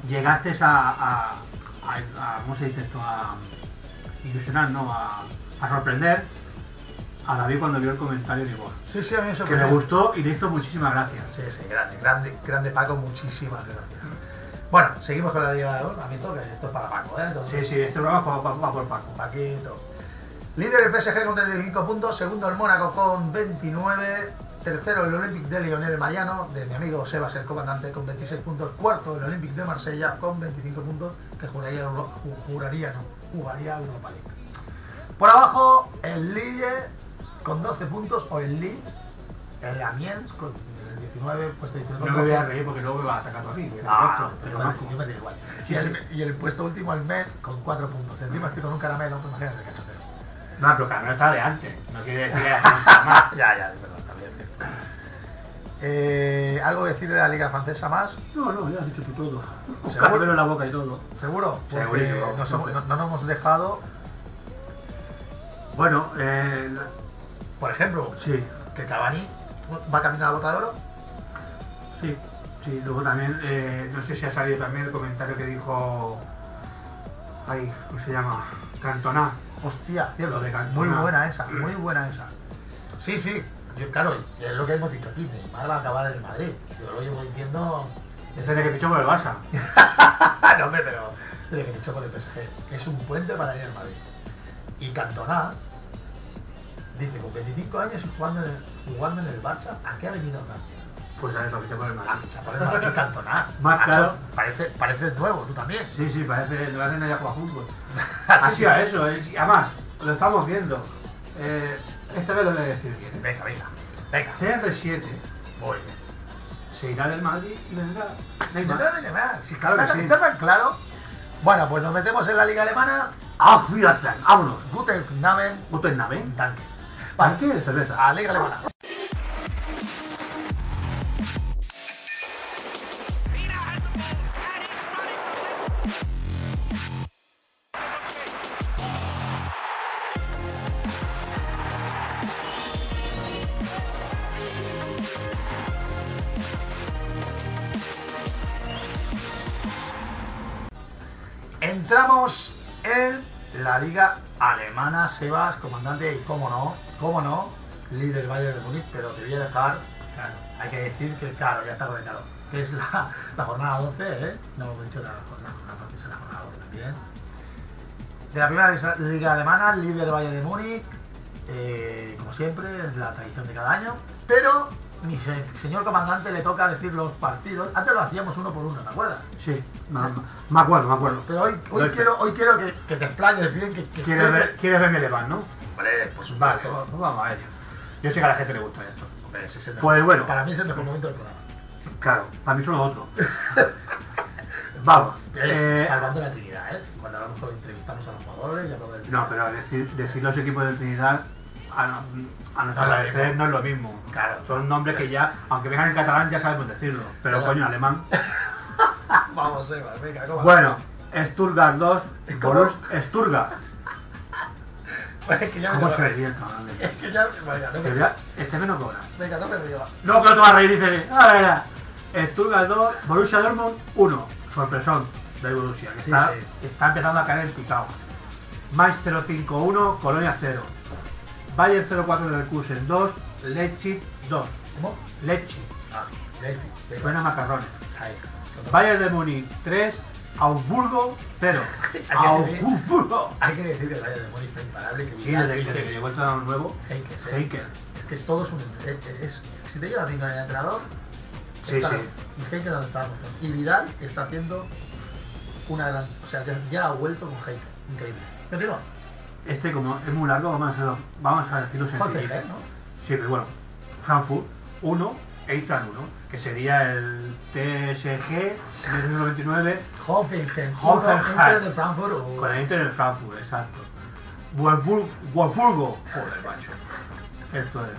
C: llegaste a, a, a- a- ¿Cómo se dice esto? A ilusionar, ¿no? A, a sorprender a David cuando vio el comentario de voz.
B: Sí, sí, a mí eso
C: Que le gustó y le hizo muchísimas gracias.
B: Sí, sí, grande, grande, grande Paco, muchísimas gracias. Bueno, seguimos con la Liga de Oro, ¿has visto? Que esto es para Paco, ¿eh? Entonces,
C: Sí, sí, este programa va, va- va por Paco.
B: Paquito. Líder el PSG con 35 puntos, segundo el Mónaco con 29, tercero el Olympique de Lyonnais de Mariano, de mi amigo Sebas el comandante con 26 puntos, cuarto el Olympique de Marsella con 25 puntos, que juraría, Euro- ju- juraría no, jugaría Europa League. Por abajo el Lille con 12 puntos, o el Lille, el Amiens con 19, puesto 19
C: No me voy a reír porque luego me va a atacar a mí. que
B: Ah,
C: te
B: pero
C: conozco.
B: yo me da igual. Y el, y el puesto último, el mes, con cuatro puntos. Encima estoy con un caramelo, pues imagínate el cachotero.
C: No, pero Cameron está de antes. No quiere decir que haya sido jamás.
B: Ah, Ya, ya, de verdad, también. es cierto. Eh, ¿Algo decir de la Liga Francesa más?
C: No, no, ya has dicho tú todo. Con
B: Seguro.
C: caramelo en la boca y todo.
B: ¿Seguro? Porque
C: Segurísimo.
B: nos hemos- No, no nos hemos dejado,
C: Bueno, eh, la-
B: por ejemplo,
C: sí,
B: que Cavani va a caminar a la bota de oro.
C: sí, sí. Luego también, eh, no sé si ha salido también el comentario que dijo. Ay, ¿cómo se llama? Cantona.
B: Hostia,
C: Lo de Cantona.
B: muy buena esa, muy buena esa. Sí, sí, yo, claro, es lo que hemos dicho aquí, Neymar va a acabar en el Madrid. Yo lo llevo diciendo
C: Desde que pichó por el Barça.
B: Ah, no, hombre, pero desde que fichó por el PSG es un puente para ir al Madrid. Y Cantona dice, con 25 años y jugando en el, jugando en el Barça, ¿a qué ha venido Francia?
C: Pues a eso, pichó por el
B: A
C: Barça.
B: fichar por el Madrid Cantona.
C: Más
B: Macho,
C: claro.
B: Parece, pareces nuevo, tú también.
C: Sí, sí, parece que no hacen allá jugar fútbol.
B: Ah,
C: Así a eso, es- y además, lo estamos viendo. Eh, esta vez lo voy a decir bien. ¿eh?
B: Venga, venga, venga.
C: CR7
B: Muy bien.
C: se irá del Madrid y vendrá
B: No,
C: Neymar.
B: no, no, no, Si
C: Claro que
B: está,
C: sí.
B: está tan claro. Bueno, pues nos metemos en la Liga Alemana.
C: ¡Ah, fíjate! ¡Vámonos!
B: Guten Namen,
C: ¿Guten Namen?
B: tanque.
C: ¿Para qué cerveza?
B: A Liga Alemana. Entramos en la liga alemana, Sebas, comandante, y cómo no, cómo no, líder Bayern de Múnich, pero te voy a dejar, claro, hay que decir que, claro, ya está conectado, que es la, la jornada 12, ¿eh? No hemos dicho la jornada, la jornada 12, la jornada 12 también. De la primera lisa- liga alemana, líder Bayern de Múnich, eh, como siempre, es la tradición de cada año, pero mi se- señor comandante le toca decir los partidos, antes lo hacíamos uno por uno, ¿te acuerdas?
C: Sí, me, me acuerdo, me acuerdo.
B: Pero hoy, hoy
C: Perfecto.
B: quiero, hoy quiero que, que te explayes bien, que, que
C: ¿Quieres ver, quieres ver mi eleván, no?
B: Hombre, por
C: Vale,
B: supuesto.
C: pues vamos a ello. Yo sé que a la gente le gusta esto.
B: Hombre, ese es el-
C: Pues bueno.
B: Para mí es el mejor momento del programa.
C: Claro, para mí son los otros. vamos.
B: Es
C: eh,
B: salvando la Trinidad, ¿eh? Cuando hablamos con entrevistamos a los jugadores y hablamos del-
C: No, pero decir, decir los equipos de Trinidad a, no- a nuestro
B: No,
C: parecer no es lo mismo.
B: Claro.
C: Son nombres que ya, aunque vengan en catalán, ya sabemos decirlo. Pero
B: Claro.
C: coño, en alemán.
B: Vamos, Eva, venga, ¿cómo?
C: Bueno, Stuttgart 2,
B: ¿Cómo?
C: Borussia Stuttgart.
B: es que ya me
C: ¿Cómo
B: tengo
C: se
B: que-
C: ríe el cabrón?
B: Es que ya. Venga, no
C: Te
B: me,
C: voy a- Este menos cobra.
B: venga, no me río.
C: No, que no te vas a reír, "Ah, dice. Ahora verás. Stuttgart 2, Eh, Borussia Dortmund 1. Sorpresón del Borussia, que
B: Sí,
C: está,
B: sí.
C: está empezando a caer en picado. Mainz 0-5-1, Colonia 0. Bayern 0-4 Leverkusen 2, Leipzig 2.
B: ¿Cómo?
C: Leipzig,
B: Ah, Leipzig, venga.
C: suena a macarrones.
B: Ahí.
C: Bayern de Múnich 3, Augsburgo 0. Augsburgo.
B: Hay que decir que el Bayern de Múnich está imparable. Que
C: Sí,
B: Vidal,
C: desde
B: que-
C: que llegó el entrenador nuevo.
B: Heinkes, eh.
C: Heinkes.
B: Es que es todo es un. eh, es- si te llevas bien con el entrenador,
C: Sí,
B: está-
C: sí.
B: y Heinkes no está contento. Y Vidal está haciendo una gran. O sea, ya, ya ha vuelto con Heinkes. Increíble. Continúa.
C: Este, como es muy largo, vamos a, hacerlo- vamos a decirlo sencillo.
B: Hoffenheim, ¿eh? ¿no?
C: Sí, pero bueno, Frankfurt 1, Eintracht 1, que sería el TSG 1999
B: Hoffenheim.
C: Hoffenheim.
B: Hoffenheim de Frankfurt. o-
C: con el Inter del Frankfurt, exacto. Wolfsburg, Wolfsburgo, joder, macho. Esto es.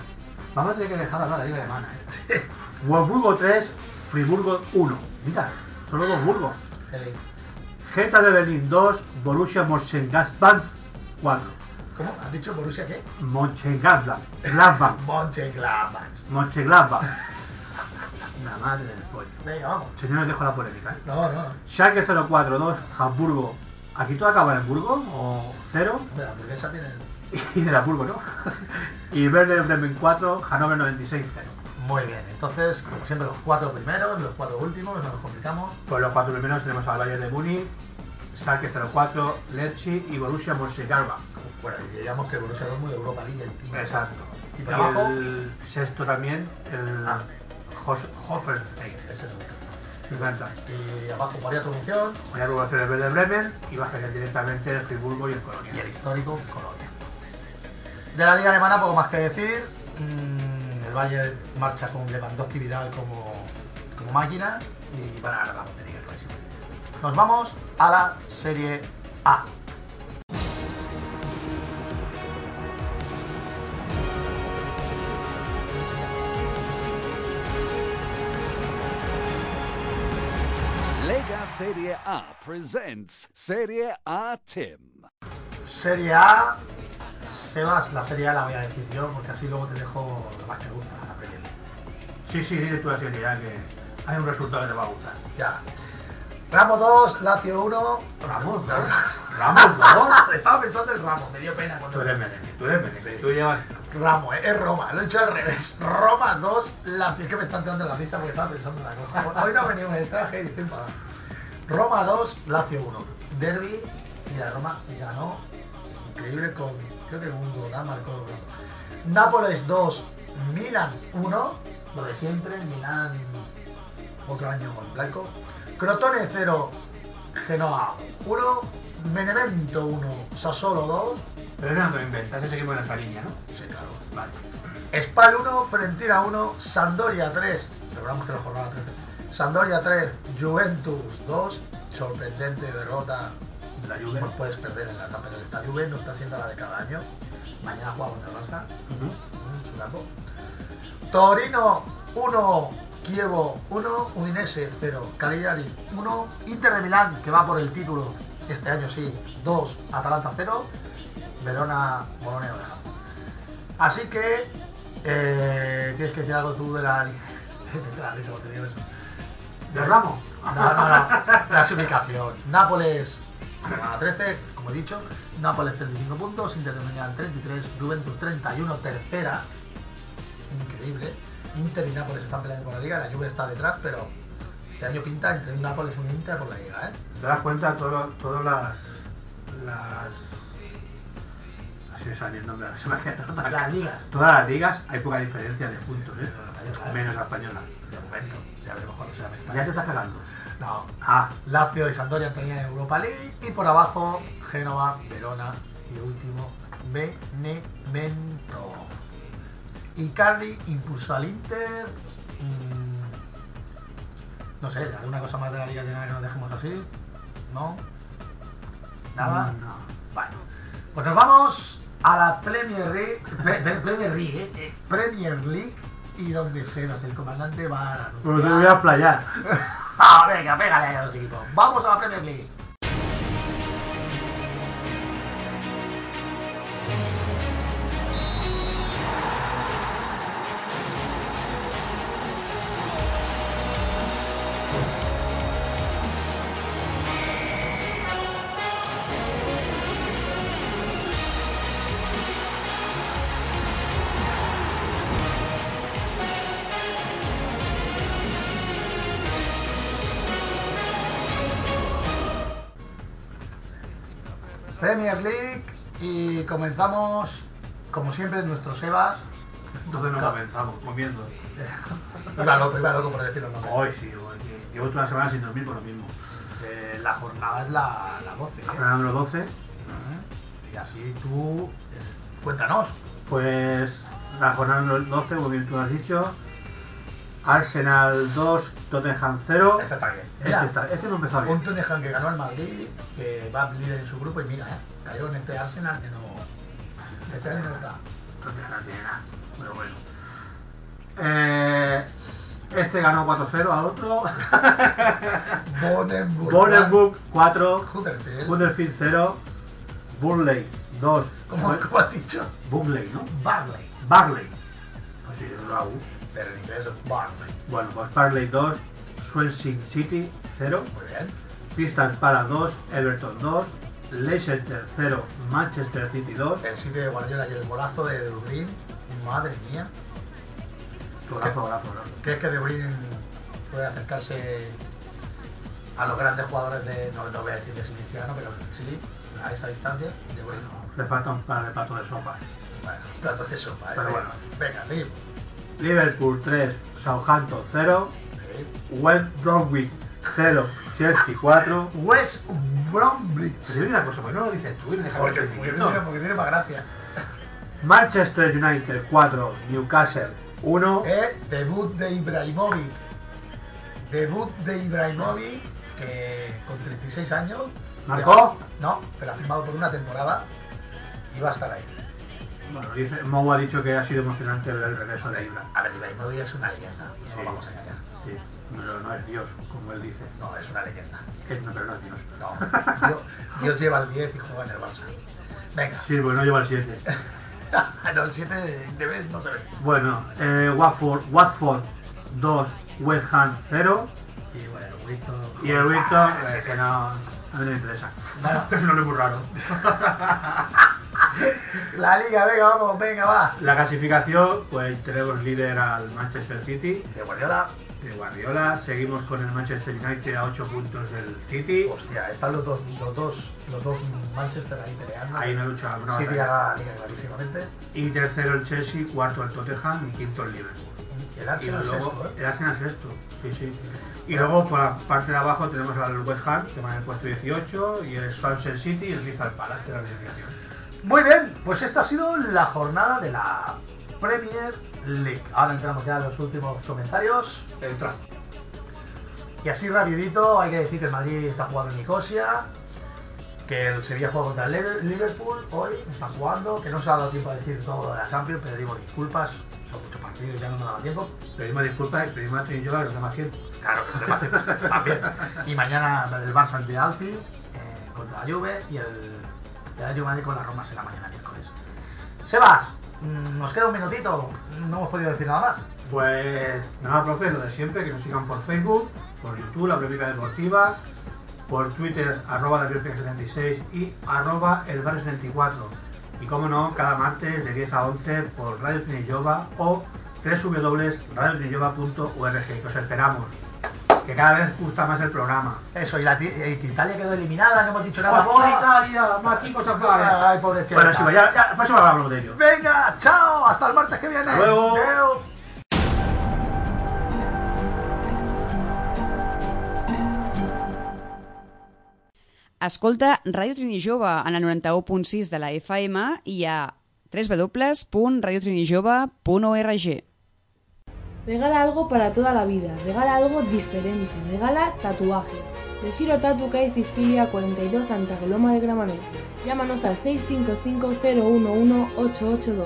C: Vamos a tener que dejar hablar la liga alemana, ¿eh? Wolfsburgo 3, Friburgo 1. Mira, solo dos burgos.
B: el-
C: Geta de Berlín 2, Borussia Mönchengladbach 4.
B: ¿Cómo? ¿Has dicho Borussia qué?
C: Mönchengladbach, Gladbach,
B: Mönchengladbach.
C: Mönchengladbach. La madre del pollo.
B: Venga, vamos.
C: Señores, dejo la polémica, ¿eh?
B: No, no.
C: Schalke 042, Hamburgo. Aquí todo acaba en Burgo, o 0,
B: Hombre, la hamburguesa tiene.
C: y de la Burgo, ¿no? y Verde Bremen 4, Hannover 96 0.
B: Muy bien, entonces, como siempre, los cuatro primeros, los cuatro últimos, no nos complicamos.
C: Pues los cuatro primeros tenemos al Bayern de Múnich, Schalke 04, Leipzig y Borussia Mönchengladbach.
B: Bueno, y digamos que el Borussia Dortmund, Europa League, el quinto.
C: Exacto.
B: Y
C: Y
B: por abajo,
C: el sexto también, el
B: Ah.
C: Hos- Hoffenheim,
B: ese es el otro.
C: 50.
B: Y abajo, por promoción
C: Voy a hacer el Verde Bremen y bajaría directamente el Friburgo y el Colonia.
B: y el histórico, Colonia. De la Liga Alemana, poco más que decir. Mm, el Bayern marcha con Lewandowski y Vidal como, como máquina y van a ganar la lotería, clarísimo. Nos vamos a la Serie A.
G: Lega Serie A presents Serie A Tim.
B: Serie A, Sebas, la Serie A la voy a decir yo porque así luego te dejo lo más que te gusta, la Premier League.
C: Sí, sí, dile tú la serie ya que hay un resultado que te va a gustar.
B: Ya. Ramo 2, Lazio 1.
C: Ramos, ¿no? Ramos, ¿no?
B: Estaba pensando en Ramo, me dio pena cuando
C: Tú eres Menelik, tú eres Menelik, tú llevas...
B: Ramo, eh, es Roma, lo he hecho al revés. Roma 2, Lazio. Es que me están tirando la risa porque estaba pensando en la cosa. Hoy no ha venido en el traje y estoy enfadado. Roma 2, Lazio 1. Derby y la Roma ganó. Increíble con, creo que un gol, ah, marcó el gol. Nápoles 2, Milan 1. Lo de siempre, Milan otro año con blanco. Crotone 0, Genoa 1. Benevento 1, Sassuolo 2.
C: Pero eso no te lo inventas, ese equipo de nuestra línea, ¿no?
B: Sí, claro, vale. Spal 1, Fiorentina 1, Sandoria 3. Recordamos que la jornada 13. Sandoria 3, Juventus 2. Sorprendente derrota.
C: De la
B: Juve
C: Juve.
B: no puedes perder en la etapa de esta Juve, no está siendo la de cada año. Mañana juega contra el Barça, Mm,
C: Ujú.
B: en su campo. Torino 1, Kievo 1, Udinese 0, Cagliari 1, Inter de Milán que va por el título este año sí, 2, Atalanta 0, Verona, Bolonia 1. Así que eh, tienes que decir algo tú de la... de la risa, porque te digo eso.
C: ¿De Ramos?
B: No, no, no. Clasificación. Nápoles a 13, como he dicho. Nápoles 35 puntos, Inter de Milán 33, Juventus 31, tercera. Increíble. Inter y Nápoles están peleando por la liga, la Juve está detrás, pero este año pinta entre un Nápoles y un Inter por la liga, ¿eh?
C: ¿Te das cuenta todo- todas las... las... Así me sale el nombre, se me ha quedado tan-
B: Las ligas.
C: Todas las ligas hay poca diferencia de puntos, ¿eh?
B: española,
C: Menos la española.
B: De momento, ya veremos cuándo sea esta.
C: Ya te estás cagando.
B: No.
C: Ah,
B: Lazio y Sampdoria tenían Europa League y por abajo Génova, Verona y último Benevento. Icardi impulsó al Inter. mm, no sé, alguna cosa más de la liga que no- que nos dejemos así. ¿No? Nada.
C: no.
B: Bueno, pues nos vamos a la Premier League, Pre- Pre- Premier League, eh, eh, Premier League y donde se nos el comandante va Pues a anunciar-
C: Pero te voy a playar.
B: Ah, venga, pégale a los equipos. Vamos a la Premier League. Premier League y comenzamos, como siempre, en nuestros Sebas.
C: Entonces no comenzamos, comiendo.
B: Iba loco, iba loco por decirlo. No,
C: Hoy sí, hoy sí. Llevo toda la semana sin dormir por lo mismo.
B: Eh, la jornada es la, la 12. ¿eh?
C: Jornada número 12,
B: Y así tú, es- cuéntanos.
C: pues la jornada número 12, como bien tú has dicho. Arsenal 2, Tottenham 0.
B: Este está bien.
C: Este,
B: Mira,
C: está, este no empezó
B: un
C: bien.
B: Tottenham que ganó al Madrid, que va líder en su grupo y mira, eh, cayó en este Arsenal que no... Este año no está.
C: Tottenham tiene nada, pero bueno. Eh, este ganó 4-0 al otro.
B: Bonenburg.
C: Bournemouth 4,
B: Huddersfield.
C: Huddersfield 0, Burley 2.
B: ¿Cómo, cómo has dicho?
C: Burley, ¿no?
B: Barley.
C: Barley. Pues sí, es la U.
B: uh, Pero en inglés es Barley.
C: Bueno, pues Barley 2, Swansea City 0,
B: Muy bien.
C: Crystal Palace 2, Everton 2, Leicester 0, Manchester City 2.
B: El sitio de Guardiola y el golazo de De Bruyne. Madre mía.
C: Golazo, golazo, golazo.
B: ¿Crees que De Bruyne puede acercarse a los grandes jugadores de, no, no voy a decir de Cristiano, pero sí, a esa distancia? De Bruyne no.
C: Le falta un par de patos de sopa.
B: Bueno, plato de sopa, ¿eh?
C: Pero bueno.
B: Venga, seguimos.
C: Liverpool 3, Southampton 0,
B: Sí.
C: West Bromwich 0, Chelsea 4.
B: West Bromwich.
C: Pero dime una cosa, ¿por qué no lo dices tú y me dejas
B: Porque,
C: decir
B: porque,
C: esto?
B: tiene, porque tiene más gracia.
C: Manchester United 4, Newcastle 1.
B: Eh, debut de Ibrahimovic. Debut de Ibrahimovic, que con 36 años.
C: ¿Marcó?
B: No, pero ha firmado por una temporada y va a estar ahí.
C: Bueno, dice, Mou ha dicho que ha sido emocionante ver el regreso de Ibra.
B: A ver, Ibrahimovic es una leyenda, no
C: Sí.
B: nos vamos a engañar.
C: Sí, pero no es Dios, como él dice.
B: No, es una leyenda.
C: Es no, pero no es Dios.
B: No, Dios, Dios lleva el 10 y juega en el Barça. Venga,
C: Sí, bueno, no lleva el 7.
B: no, el 7 de vez no se ve.
C: Bueno, eh, Watford, Watford 2, West Ham 0.
B: Y bueno, Wisto.
C: Y el Wilton, eh, que no, a mí no me interesa. Eso no lo he currado.
B: La liga, venga, vamos, venga, va.
C: La clasificación, pues tenemos líder al Manchester City,
B: De Guardiola.
C: de Guardiola. Seguimos con el Manchester United a 8 puntos del City.
B: Hostia, están los dos, los dos, los dos Manchester ahí peleando.
C: Ahí una lucha, una
B: City
C: batalla.
B: gana la liga clarísimamente.
C: ¿eh? Y tercero el Chelsea, cuarto el Tottenham y quinto el Liverpool.
B: Y el
C: Y
B: Arsenal
C: luego,
B: sexto, ¿eh?
C: el Arsenal sexto, sí, sí. Y luego por la parte de abajo tenemos al West Ham, que va en el puesto 18, y el Swansea City y el Crystal Palace, que era la clasificación.
B: Muy bien, pues esta ha sido la jornada de la Premier League. Ahora entramos ya en los últimos comentarios.
C: Entra.
B: Y así rapidito, hay que decir que el Madrid está jugando en Nicosia, que el Sevilla juega contra el Lever- Liverpool hoy, están jugando, que no se ha dado tiempo a decir todo lo de la Champions, pedimos disculpas, son muchos partidos, ya no nos daba tiempo.
C: Pedimos disculpas y pedimos a Trinidad a los demás tiempos.
B: Claro, que los demás también. Y mañana el Barça ante Alfi, eh, contra la Juve, y el, la Juve Madrid con la Roma será mañana miércoles. Sebas, mm, nos queda un minutito, no hemos podido decir nada más.
C: Pues nada, profe, lo de siempre, que nos sigan por Facebook, por YouTube, La Propica Deportiva, por Twitter, arroba la 76 y arroba el 74. Y como no, cada martes de 10 a 11 por Radio Pinillova o www.radiopinillova.org. Que os esperamos, que cada vez gusta más el programa.
B: Eso, y la ti- y Italia quedó eliminada, no hemos dicho nada.
C: ¡Hostia, Pues
B: ¡Ay,
C: Italia! ¡Más aquí cosas raras!
B: Ay, pobre Chelsea.
C: Bueno, sí, ya, ya, próximo hablamos de ello.
B: Venga, chao, hasta el martes que viene.
C: Hasta luego.
B: Adeu.
F: Escolta Ràdio Trini Jove en el 91.6 de la FM i a www.radiotrinijove.org.
D: Regala algo para toda la vida, regala algo diferente, regala tatuajes. De Shiro Tatu Kai Sicilia 42 Santa Coloma de Gramenet. Llámanos al 655-011-882.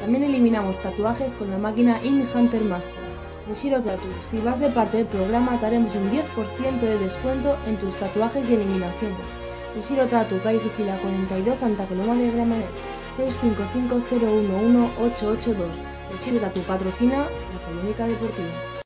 D: También eliminamos tatuajes con la máquina In Hunter Master. De Shiro Tatu, si vas de parte del programa te haremos un 10% de descuento en tus tatuajes y eliminación. De Shiro Tatu Kai Sicilia 42 Santa Coloma de Gramenet. 655-011-882. De Shiro Tatu patrocina la polémica deportiva.